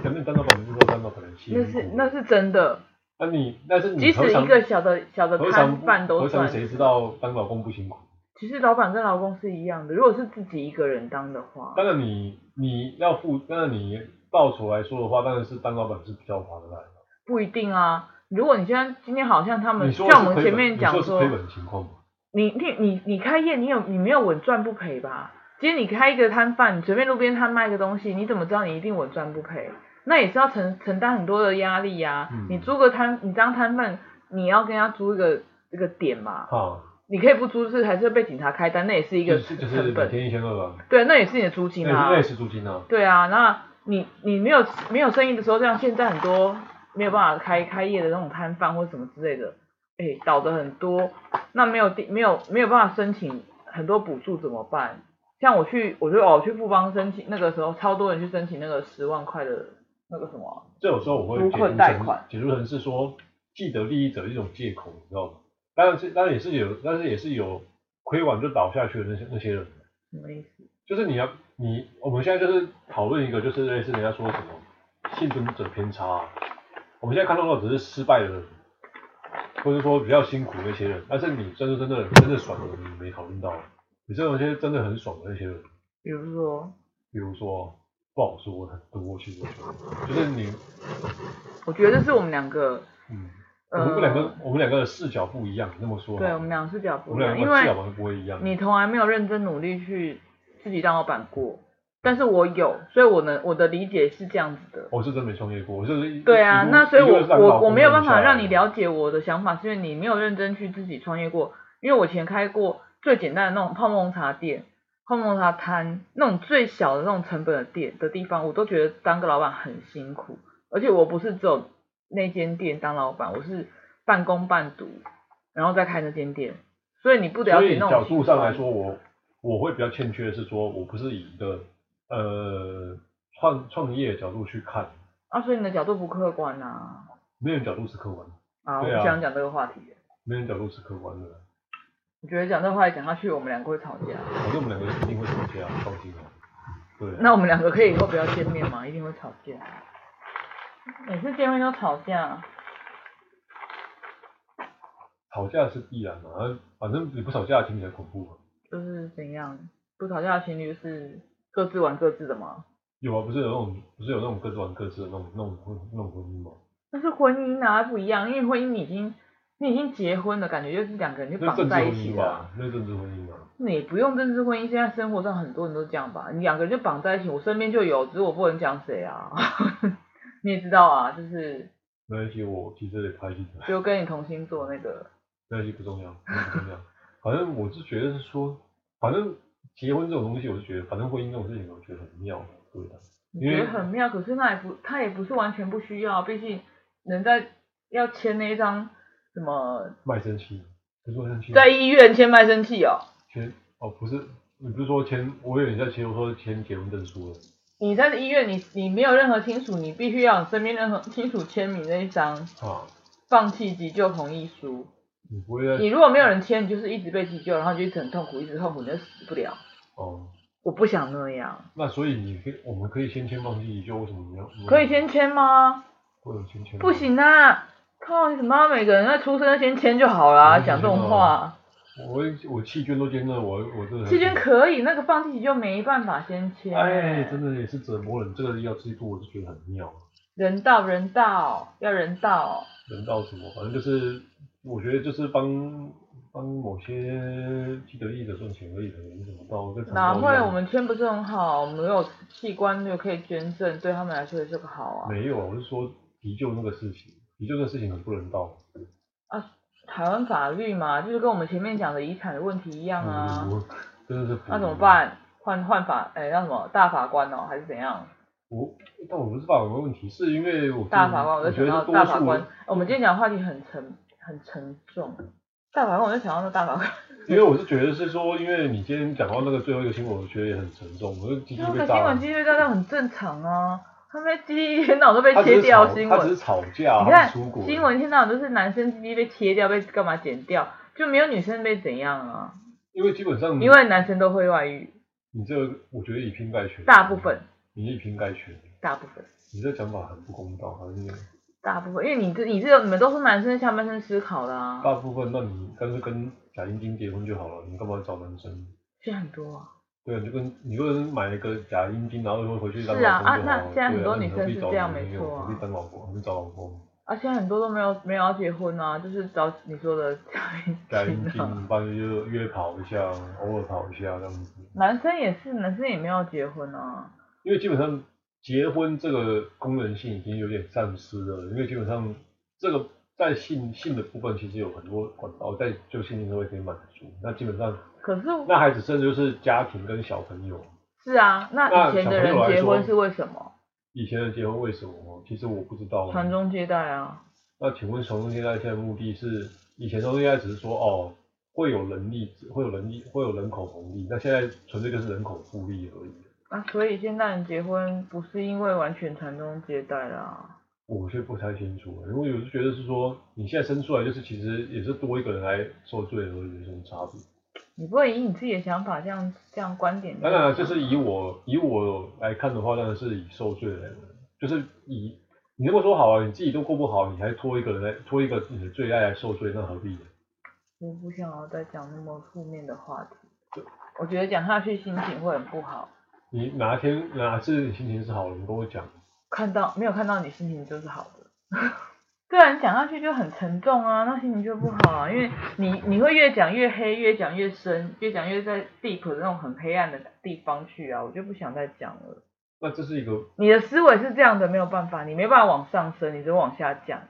[SPEAKER 1] 可能当老板就说当老板的辛苦
[SPEAKER 2] 那是那是真的，
[SPEAKER 1] 那你但是
[SPEAKER 2] 即
[SPEAKER 1] 你
[SPEAKER 2] 使
[SPEAKER 1] 何尝
[SPEAKER 2] 一个小的小的
[SPEAKER 1] 何
[SPEAKER 2] 摊
[SPEAKER 1] 尝
[SPEAKER 2] 贩
[SPEAKER 1] 不
[SPEAKER 2] 都
[SPEAKER 1] 何
[SPEAKER 2] 算
[SPEAKER 1] 尝。谁知道当老公不辛苦？
[SPEAKER 2] 其实老板跟劳工是一样的，如果是自己一个人当的话，
[SPEAKER 1] 当然你你要付，当然你报酬来说的话，当然是当老板是比较划得来的。
[SPEAKER 2] 不一定啊。如果你现在今天好像他们
[SPEAKER 1] 你说
[SPEAKER 2] 嗯像
[SPEAKER 1] 是
[SPEAKER 2] 我们
[SPEAKER 1] 亏
[SPEAKER 2] 前
[SPEAKER 1] 本
[SPEAKER 2] 面
[SPEAKER 1] 你
[SPEAKER 2] 讲
[SPEAKER 1] 说是亏本的情况吗？
[SPEAKER 2] 你你你你开业，你有你没有稳赚不赔吧？今天你开一个摊贩，你随便路边摊卖个东西，你怎么知道你一定稳赚不赔？那也是要承承担很多的压力呀、
[SPEAKER 1] 嗯
[SPEAKER 2] 你租个摊，你当摊贩，你要跟人家租一个这个点嘛，
[SPEAKER 1] 哈，
[SPEAKER 2] 你可以不租是还是会被警察开单，那也是一
[SPEAKER 1] 就
[SPEAKER 2] 个
[SPEAKER 1] 是就是
[SPEAKER 2] 成
[SPEAKER 1] 每
[SPEAKER 2] 本。
[SPEAKER 1] 天一千二啊吧，
[SPEAKER 2] 对，啊那也是你的租金
[SPEAKER 1] 那也是
[SPEAKER 2] 啊。
[SPEAKER 1] 那也是租金啊。
[SPEAKER 2] 对啊，那你你没有没有生意的时候，像现在很多没有办法开开业的那种摊贩或什么之类的，哎，倒的很多，那没有地没有没有办法申请很多补助怎么办？像我去，我就哦我去富邦申请，那个时候超多人去申请那个十万块的那个什么，啊
[SPEAKER 1] 这有时候我会
[SPEAKER 2] 纾
[SPEAKER 1] 解
[SPEAKER 2] 困
[SPEAKER 1] 读
[SPEAKER 2] 贷
[SPEAKER 1] 成
[SPEAKER 2] 款
[SPEAKER 1] 解读成是说既得利益者的一种借口，你知道吗？当然是当然也是有，但是也是有亏完就倒下去的那些那些人，
[SPEAKER 2] 什么意思？
[SPEAKER 1] 就是你要你我们现在就是讨论一个就是类似人家说什么幸存者偏差啊、我们现在看到的只是失败的人，或者说比较辛苦那些人，但是你真的真的真的爽的，你没考虑到，啊你这种些真的很爽的那些人，
[SPEAKER 2] 比如说，
[SPEAKER 1] 比如说不好说很多，其实我觉得就是你，
[SPEAKER 2] 我觉得是我们两个，
[SPEAKER 1] 嗯，
[SPEAKER 2] 呃，
[SPEAKER 1] 我们两个我们两个的视角不一样，那么说好了，
[SPEAKER 2] 对我们两个视角
[SPEAKER 1] 我
[SPEAKER 2] 不一
[SPEAKER 1] 们
[SPEAKER 2] 样，
[SPEAKER 1] 两
[SPEAKER 2] 因
[SPEAKER 1] 个视
[SPEAKER 2] 为
[SPEAKER 1] 角完全不会一样，
[SPEAKER 2] 你从来没有认真努力去自己当老板过，但是我有，所以我能我的理解是这样子的。
[SPEAKER 1] 我是真没创业过，我就是一
[SPEAKER 2] 对啊
[SPEAKER 1] 一，路
[SPEAKER 2] 那所以
[SPEAKER 1] 一路
[SPEAKER 2] 我
[SPEAKER 1] 是当老
[SPEAKER 2] 我
[SPEAKER 1] 公
[SPEAKER 2] 我没有办法
[SPEAKER 1] 下来
[SPEAKER 2] 让你了解我的想法，是因为你没有认真去自己创业过。因为我以前开过最简单的那种泡沫红茶店、泡沫红茶摊，那种最小的那种成本的店的地方，我都觉得当个老板很辛苦。而且我不是只有那间店当老板，我是半工半读，然后再开那间店，所以你不了
[SPEAKER 1] 所
[SPEAKER 2] 解
[SPEAKER 1] 以
[SPEAKER 2] 那种
[SPEAKER 1] 角度上来
[SPEAKER 2] 辛
[SPEAKER 1] 说，
[SPEAKER 2] 苦
[SPEAKER 1] 我我会比较欠缺的是说，我不是以一个呃创创业的角度去看，
[SPEAKER 2] 啊，所以你的角度不客观呐、
[SPEAKER 1] 没人角度是客观的，
[SPEAKER 2] 啊。我
[SPEAKER 1] 对
[SPEAKER 2] 不
[SPEAKER 1] 啊
[SPEAKER 2] 想讲这个话题了，
[SPEAKER 1] 没人角度是客观的。
[SPEAKER 2] 我觉得讲这话题讲下去，我们两个会吵架。
[SPEAKER 1] 反正我们两个一定会吵架，放心啊。对啊，
[SPEAKER 2] 那我们两个可以以后不要见面吗？一定会吵架。每次见面都吵架，
[SPEAKER 1] 吵架是必然的、啊，反正你不吵架听起来恐怖啊。
[SPEAKER 2] 就是怎样？不吵架的情侣就是各自玩各自的嘛。
[SPEAKER 1] 有啊，不是有那种，不是有那种各自玩各自的那种、那种婚、那种婚姻吗？
[SPEAKER 2] 但是婚姻哪不一样？因为婚姻你已经你已经结婚了，感觉就是两个人就
[SPEAKER 1] 那是
[SPEAKER 2] 绑
[SPEAKER 1] 政治
[SPEAKER 2] 在
[SPEAKER 1] 婚
[SPEAKER 2] 一起
[SPEAKER 1] 姻
[SPEAKER 2] 了。
[SPEAKER 1] 吧，那是政治婚姻啊。
[SPEAKER 2] 你不用政治婚姻，现在生活上很多人都这样吧？你两个人就绑在一起，我身边就有，只是我不能讲谁啊。 <laughs> 你也知道啊，就是
[SPEAKER 1] 没关系，我其实也开心的，
[SPEAKER 2] 就跟你同星座那个，
[SPEAKER 1] 没关系，不重要，不重要。反正我是觉得是说，反正结婚这种东西，我是觉得，反正婚姻这种事情，我觉得很妙，对啊的。
[SPEAKER 2] 你
[SPEAKER 1] 因
[SPEAKER 2] 觉
[SPEAKER 1] 为
[SPEAKER 2] 得很妙，可是那也不，他也不是完全不需要，毕竟人在要签那一张什么，
[SPEAKER 1] 卖身契，不是卖身契，
[SPEAKER 2] 在医院签卖身契哦。
[SPEAKER 1] 签哦，不是，你不是说签，我有点在签，我说签结婚证书了。
[SPEAKER 2] 你在医院，你你没有任何亲属，你必须要有身边任何亲属签名那一张
[SPEAKER 1] 啊，
[SPEAKER 2] 放弃急救同意书。
[SPEAKER 1] 你不会在
[SPEAKER 2] 你如果没有人签，你就是一直被急救，然后就一直很痛苦，一直痛苦，你就死不了。
[SPEAKER 1] 哦，
[SPEAKER 2] 我不想那样，
[SPEAKER 1] 那所以你可以，我们可以先签放弃急救，为什么你要？你要
[SPEAKER 2] 可以，先签吗？
[SPEAKER 1] 为什么先签？
[SPEAKER 2] 不，行啊！靠，你怎么要每个人在出生就先签就好啦？
[SPEAKER 1] 嗯
[SPEAKER 2] 讲这
[SPEAKER 1] 知道
[SPEAKER 2] 种话。
[SPEAKER 1] 我我弃捐都捐了，我我真的很
[SPEAKER 2] 弃捐可啊以，那个放弃急救没办法先签。
[SPEAKER 1] 哎，真的也是折磨人，这个要制度我是觉得很妙，
[SPEAKER 2] 人道人道要人道，
[SPEAKER 1] 人道什么，反正就是我觉得就是帮帮某些既得利益者赚钱而已，没什么道，跟
[SPEAKER 2] 哪
[SPEAKER 1] 肠道一
[SPEAKER 2] 会
[SPEAKER 1] 样
[SPEAKER 2] 我们签不是很好，我们有器官就可以捐赠，对他们来说也是个好啊。
[SPEAKER 1] 没有啊，我是说急救那个事情，急救那个事情很不人道。
[SPEAKER 2] 台湾法律嘛，就是跟我们前面讲的遗产的问题一样啊。
[SPEAKER 1] 嗯，真的是。
[SPEAKER 2] 那怎么？办？换换法，哎、那什么大法官哦，还是怎样？
[SPEAKER 1] 我但我不是法官的问题，是因为我
[SPEAKER 2] 大法官，我
[SPEAKER 1] 嗯我
[SPEAKER 2] 就
[SPEAKER 1] 觉
[SPEAKER 2] 想
[SPEAKER 1] 得
[SPEAKER 2] 到
[SPEAKER 1] 多
[SPEAKER 2] 大法
[SPEAKER 1] 数
[SPEAKER 2] 官。哦我们今天讲的话题很沉很沉重，大法官我就想到那大法官，
[SPEAKER 1] 因为我是觉得是说，因为你今天讲到那个最后一个新闻，我觉得也很沉重，我就鸡鸡
[SPEAKER 2] 那
[SPEAKER 1] 被
[SPEAKER 2] 个
[SPEAKER 1] 炸
[SPEAKER 2] 新
[SPEAKER 1] 了
[SPEAKER 2] 闻。激烈大战很正常啊，他们激烈一天到晚都被
[SPEAKER 1] 他只是
[SPEAKER 2] 切
[SPEAKER 1] 吵
[SPEAKER 2] 掉新
[SPEAKER 1] 他
[SPEAKER 2] 闻
[SPEAKER 1] 只。是吵架，
[SPEAKER 2] 你
[SPEAKER 1] 他
[SPEAKER 2] 看
[SPEAKER 1] 是出国。
[SPEAKER 2] 新闻听到都是男生鸡鸡被切掉，被干嘛剪掉，就没有女生被怎样啊？
[SPEAKER 1] 因为基本上，
[SPEAKER 2] 因为男生都会外遇，
[SPEAKER 1] 你这个，我觉得以偏概全。
[SPEAKER 2] 大部分，
[SPEAKER 1] 你以偏概全，
[SPEAKER 2] 大部分，
[SPEAKER 1] 你这讲法很不公道，好像是
[SPEAKER 2] 大部分，因为你这你这你们都是男生下半身思考的啊，
[SPEAKER 1] 大部分。那你干脆跟贾晶晶结婚就好了，你干嘛找男生？
[SPEAKER 2] 现在很多啊，
[SPEAKER 1] 对啊，你就跟你就跟买一个假阴茎，然后回去当
[SPEAKER 2] 是啊
[SPEAKER 1] 老公就好了。
[SPEAKER 2] 啊那现在很多
[SPEAKER 1] 对啊
[SPEAKER 2] 女生是这样没错啊
[SPEAKER 1] 何必当老婆，何必找老公？
[SPEAKER 2] 啊现在很多都没有没有要结婚啊，就是找你说的
[SPEAKER 1] 假
[SPEAKER 2] 家
[SPEAKER 1] 阴
[SPEAKER 2] 庭啊，
[SPEAKER 1] 茎，不然就约跑一下，偶尔跑一下这样子。
[SPEAKER 2] <laughs> 男生也是，男生也没有要结婚啊，
[SPEAKER 1] 因为基本上结婚这个功能性已经有点丧失了，因为基本上这个在性性的部分其实有很多管道在就性社会可以满足。那基本上
[SPEAKER 2] 可是
[SPEAKER 1] 那还只剩就是家庭跟小朋友。
[SPEAKER 2] 是啊，那以前的人
[SPEAKER 1] 那小朋友来说
[SPEAKER 2] 结婚是为什么？
[SPEAKER 1] 以前的结婚为什么？其实我不知道啊。
[SPEAKER 2] 传宗接代啊，
[SPEAKER 1] 那请问传宗接代现在目的是，以前传宗接代只是说哦，会有人力，会有人力，会有人口红利，那现在纯粹就是人口复利而已。
[SPEAKER 2] 啊所以现代人结婚不是因为完全传宗接代啦、
[SPEAKER 1] 我是不太清楚，欸因为我是觉得是说，你现在生出来就是其实也是多一个人来受罪而已，有什么差别？
[SPEAKER 2] 你不会以你自己的想法这样这样观点去
[SPEAKER 1] 当
[SPEAKER 2] 想。
[SPEAKER 1] 然啊了，就是以我以我来看的话，当然是以受罪来，就是以你那么说好了，你自己都过不好，你还拖一个人来拖一个你的最爱来受罪，那何必呢？
[SPEAKER 2] 我不想要再讲那么负面的话题，我觉得讲下去心情会很不好。
[SPEAKER 1] 你哪天哪次你心情是好的，你跟我讲。
[SPEAKER 2] 看到没有看到你心情就是好的， <laughs> 对啊，你讲下去就很沉重啊，那心情就不好啊，因为你你会越讲越黑，越讲越深，越讲越在 deep 的那种很黑暗的地方去啊，我就不想再讲了。
[SPEAKER 1] 那这是一个，
[SPEAKER 2] 你的思维是这样的，没有办法，你没办法往上升，你只往下降，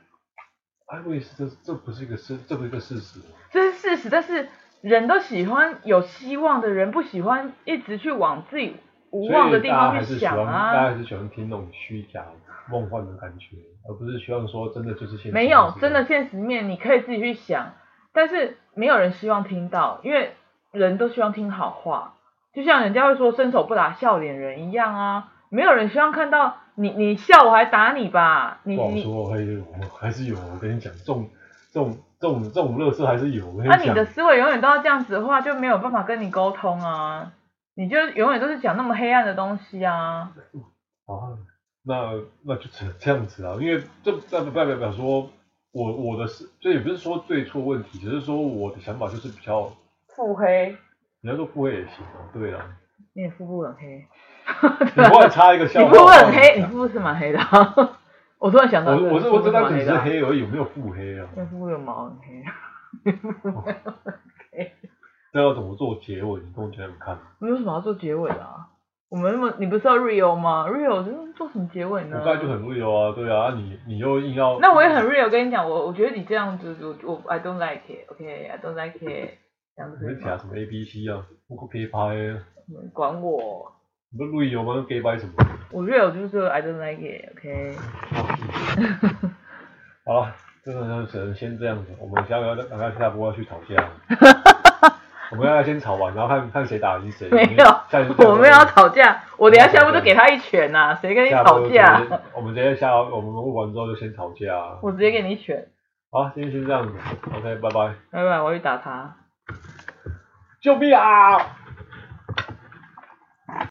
[SPEAKER 1] 哎，我也是，这这不是一个事，这不是一个事实。
[SPEAKER 2] 这是事实。但是人都喜欢有希望的人，不喜欢一直去往自己无
[SPEAKER 1] 所
[SPEAKER 2] 望的
[SPEAKER 1] 以
[SPEAKER 2] 地
[SPEAKER 1] 大家
[SPEAKER 2] 方
[SPEAKER 1] 还
[SPEAKER 2] 去
[SPEAKER 1] 是喜
[SPEAKER 2] 想
[SPEAKER 1] 欢，大家
[SPEAKER 2] 啊。
[SPEAKER 1] 还是喜欢听那种虚假、梦幻的感觉，而不是希望说真的就是现实。
[SPEAKER 2] 没有，真的。现实面你可以自己去想，但是没有人希望听到，因为人都希望听好话，就像人家会说伸手不打笑脸人一样啊，没有人希望看到你你笑我还打你吧，你
[SPEAKER 1] 不好
[SPEAKER 2] 你
[SPEAKER 1] 说，还有还是有，我跟你讲，这种这种这种这种乐色还是有。我跟
[SPEAKER 2] 那、
[SPEAKER 1] 讲，
[SPEAKER 2] 啊你的思维永远都要这样子的话，就没有办法跟你沟通啊！你就永远都是讲那么黑暗的东西啊！
[SPEAKER 1] 啊，那那就只能这样子啊，因为这代不代表表说我我的是，这也不是说对错问题，只是说我的想法就是比较，
[SPEAKER 2] 腹黑，
[SPEAKER 1] 你要说不会也行啊，对
[SPEAKER 2] <laughs>
[SPEAKER 1] 啊，
[SPEAKER 2] 你也腹部很黑， <laughs> 啊
[SPEAKER 1] 你突然插一个
[SPEAKER 2] 你
[SPEAKER 1] 笑话，
[SPEAKER 2] 腹部很黑，你腹部是蛮黑的、啊。我突然想到 <laughs> 这个，
[SPEAKER 1] 我我是我
[SPEAKER 2] 你腹
[SPEAKER 1] 这
[SPEAKER 2] 部蛮
[SPEAKER 1] 单只
[SPEAKER 2] 的
[SPEAKER 1] 是
[SPEAKER 2] 啊，
[SPEAKER 1] 黑而已，有没有腹黑
[SPEAKER 2] <laughs>
[SPEAKER 1] 啊？
[SPEAKER 2] 你腹部有毛很黑。啊
[SPEAKER 1] 那要怎么做结尾？你跟我讲讲看。
[SPEAKER 2] 我们为什么要做结尾啊？我们那么你不是要 real 吗？real 就是做什么结尾
[SPEAKER 1] 我
[SPEAKER 2] 呢？
[SPEAKER 1] 刚才就很 real 啊，对啊，啊你你又硬要，
[SPEAKER 2] 嗯那我也很 real，跟你讲，我我觉得你这样子，我我 I don't like it，OK，I、don't like it，这样子
[SPEAKER 1] 你在讲什么 A B C 啊，不过 gay 拍啊，
[SPEAKER 2] 管我。
[SPEAKER 1] 你不 real 吗？那 gay 拍什么？
[SPEAKER 2] 我 real 就是 I don't like it，OK？、
[SPEAKER 1] <laughs> 好了，这个只能先这样子。我们下个等下下播要去吵架
[SPEAKER 2] <laughs>
[SPEAKER 1] 了，我们要先吵完，然后看看谁打赢谁。
[SPEAKER 2] 没有
[SPEAKER 1] 因为下一次
[SPEAKER 2] <laughs> 我们要吵架，我等一下下播都给他一拳呐、谁跟你
[SPEAKER 1] 下播
[SPEAKER 2] 吵
[SPEAKER 1] 就
[SPEAKER 2] 架
[SPEAKER 1] 直？接。我们直接下，我们录完之后就先吵架啊。
[SPEAKER 2] 我直接给你一拳，
[SPEAKER 1] 好，今天先这样子，OK，拜拜。
[SPEAKER 2] 拜拜，我要去打他。
[SPEAKER 1] 救命啊！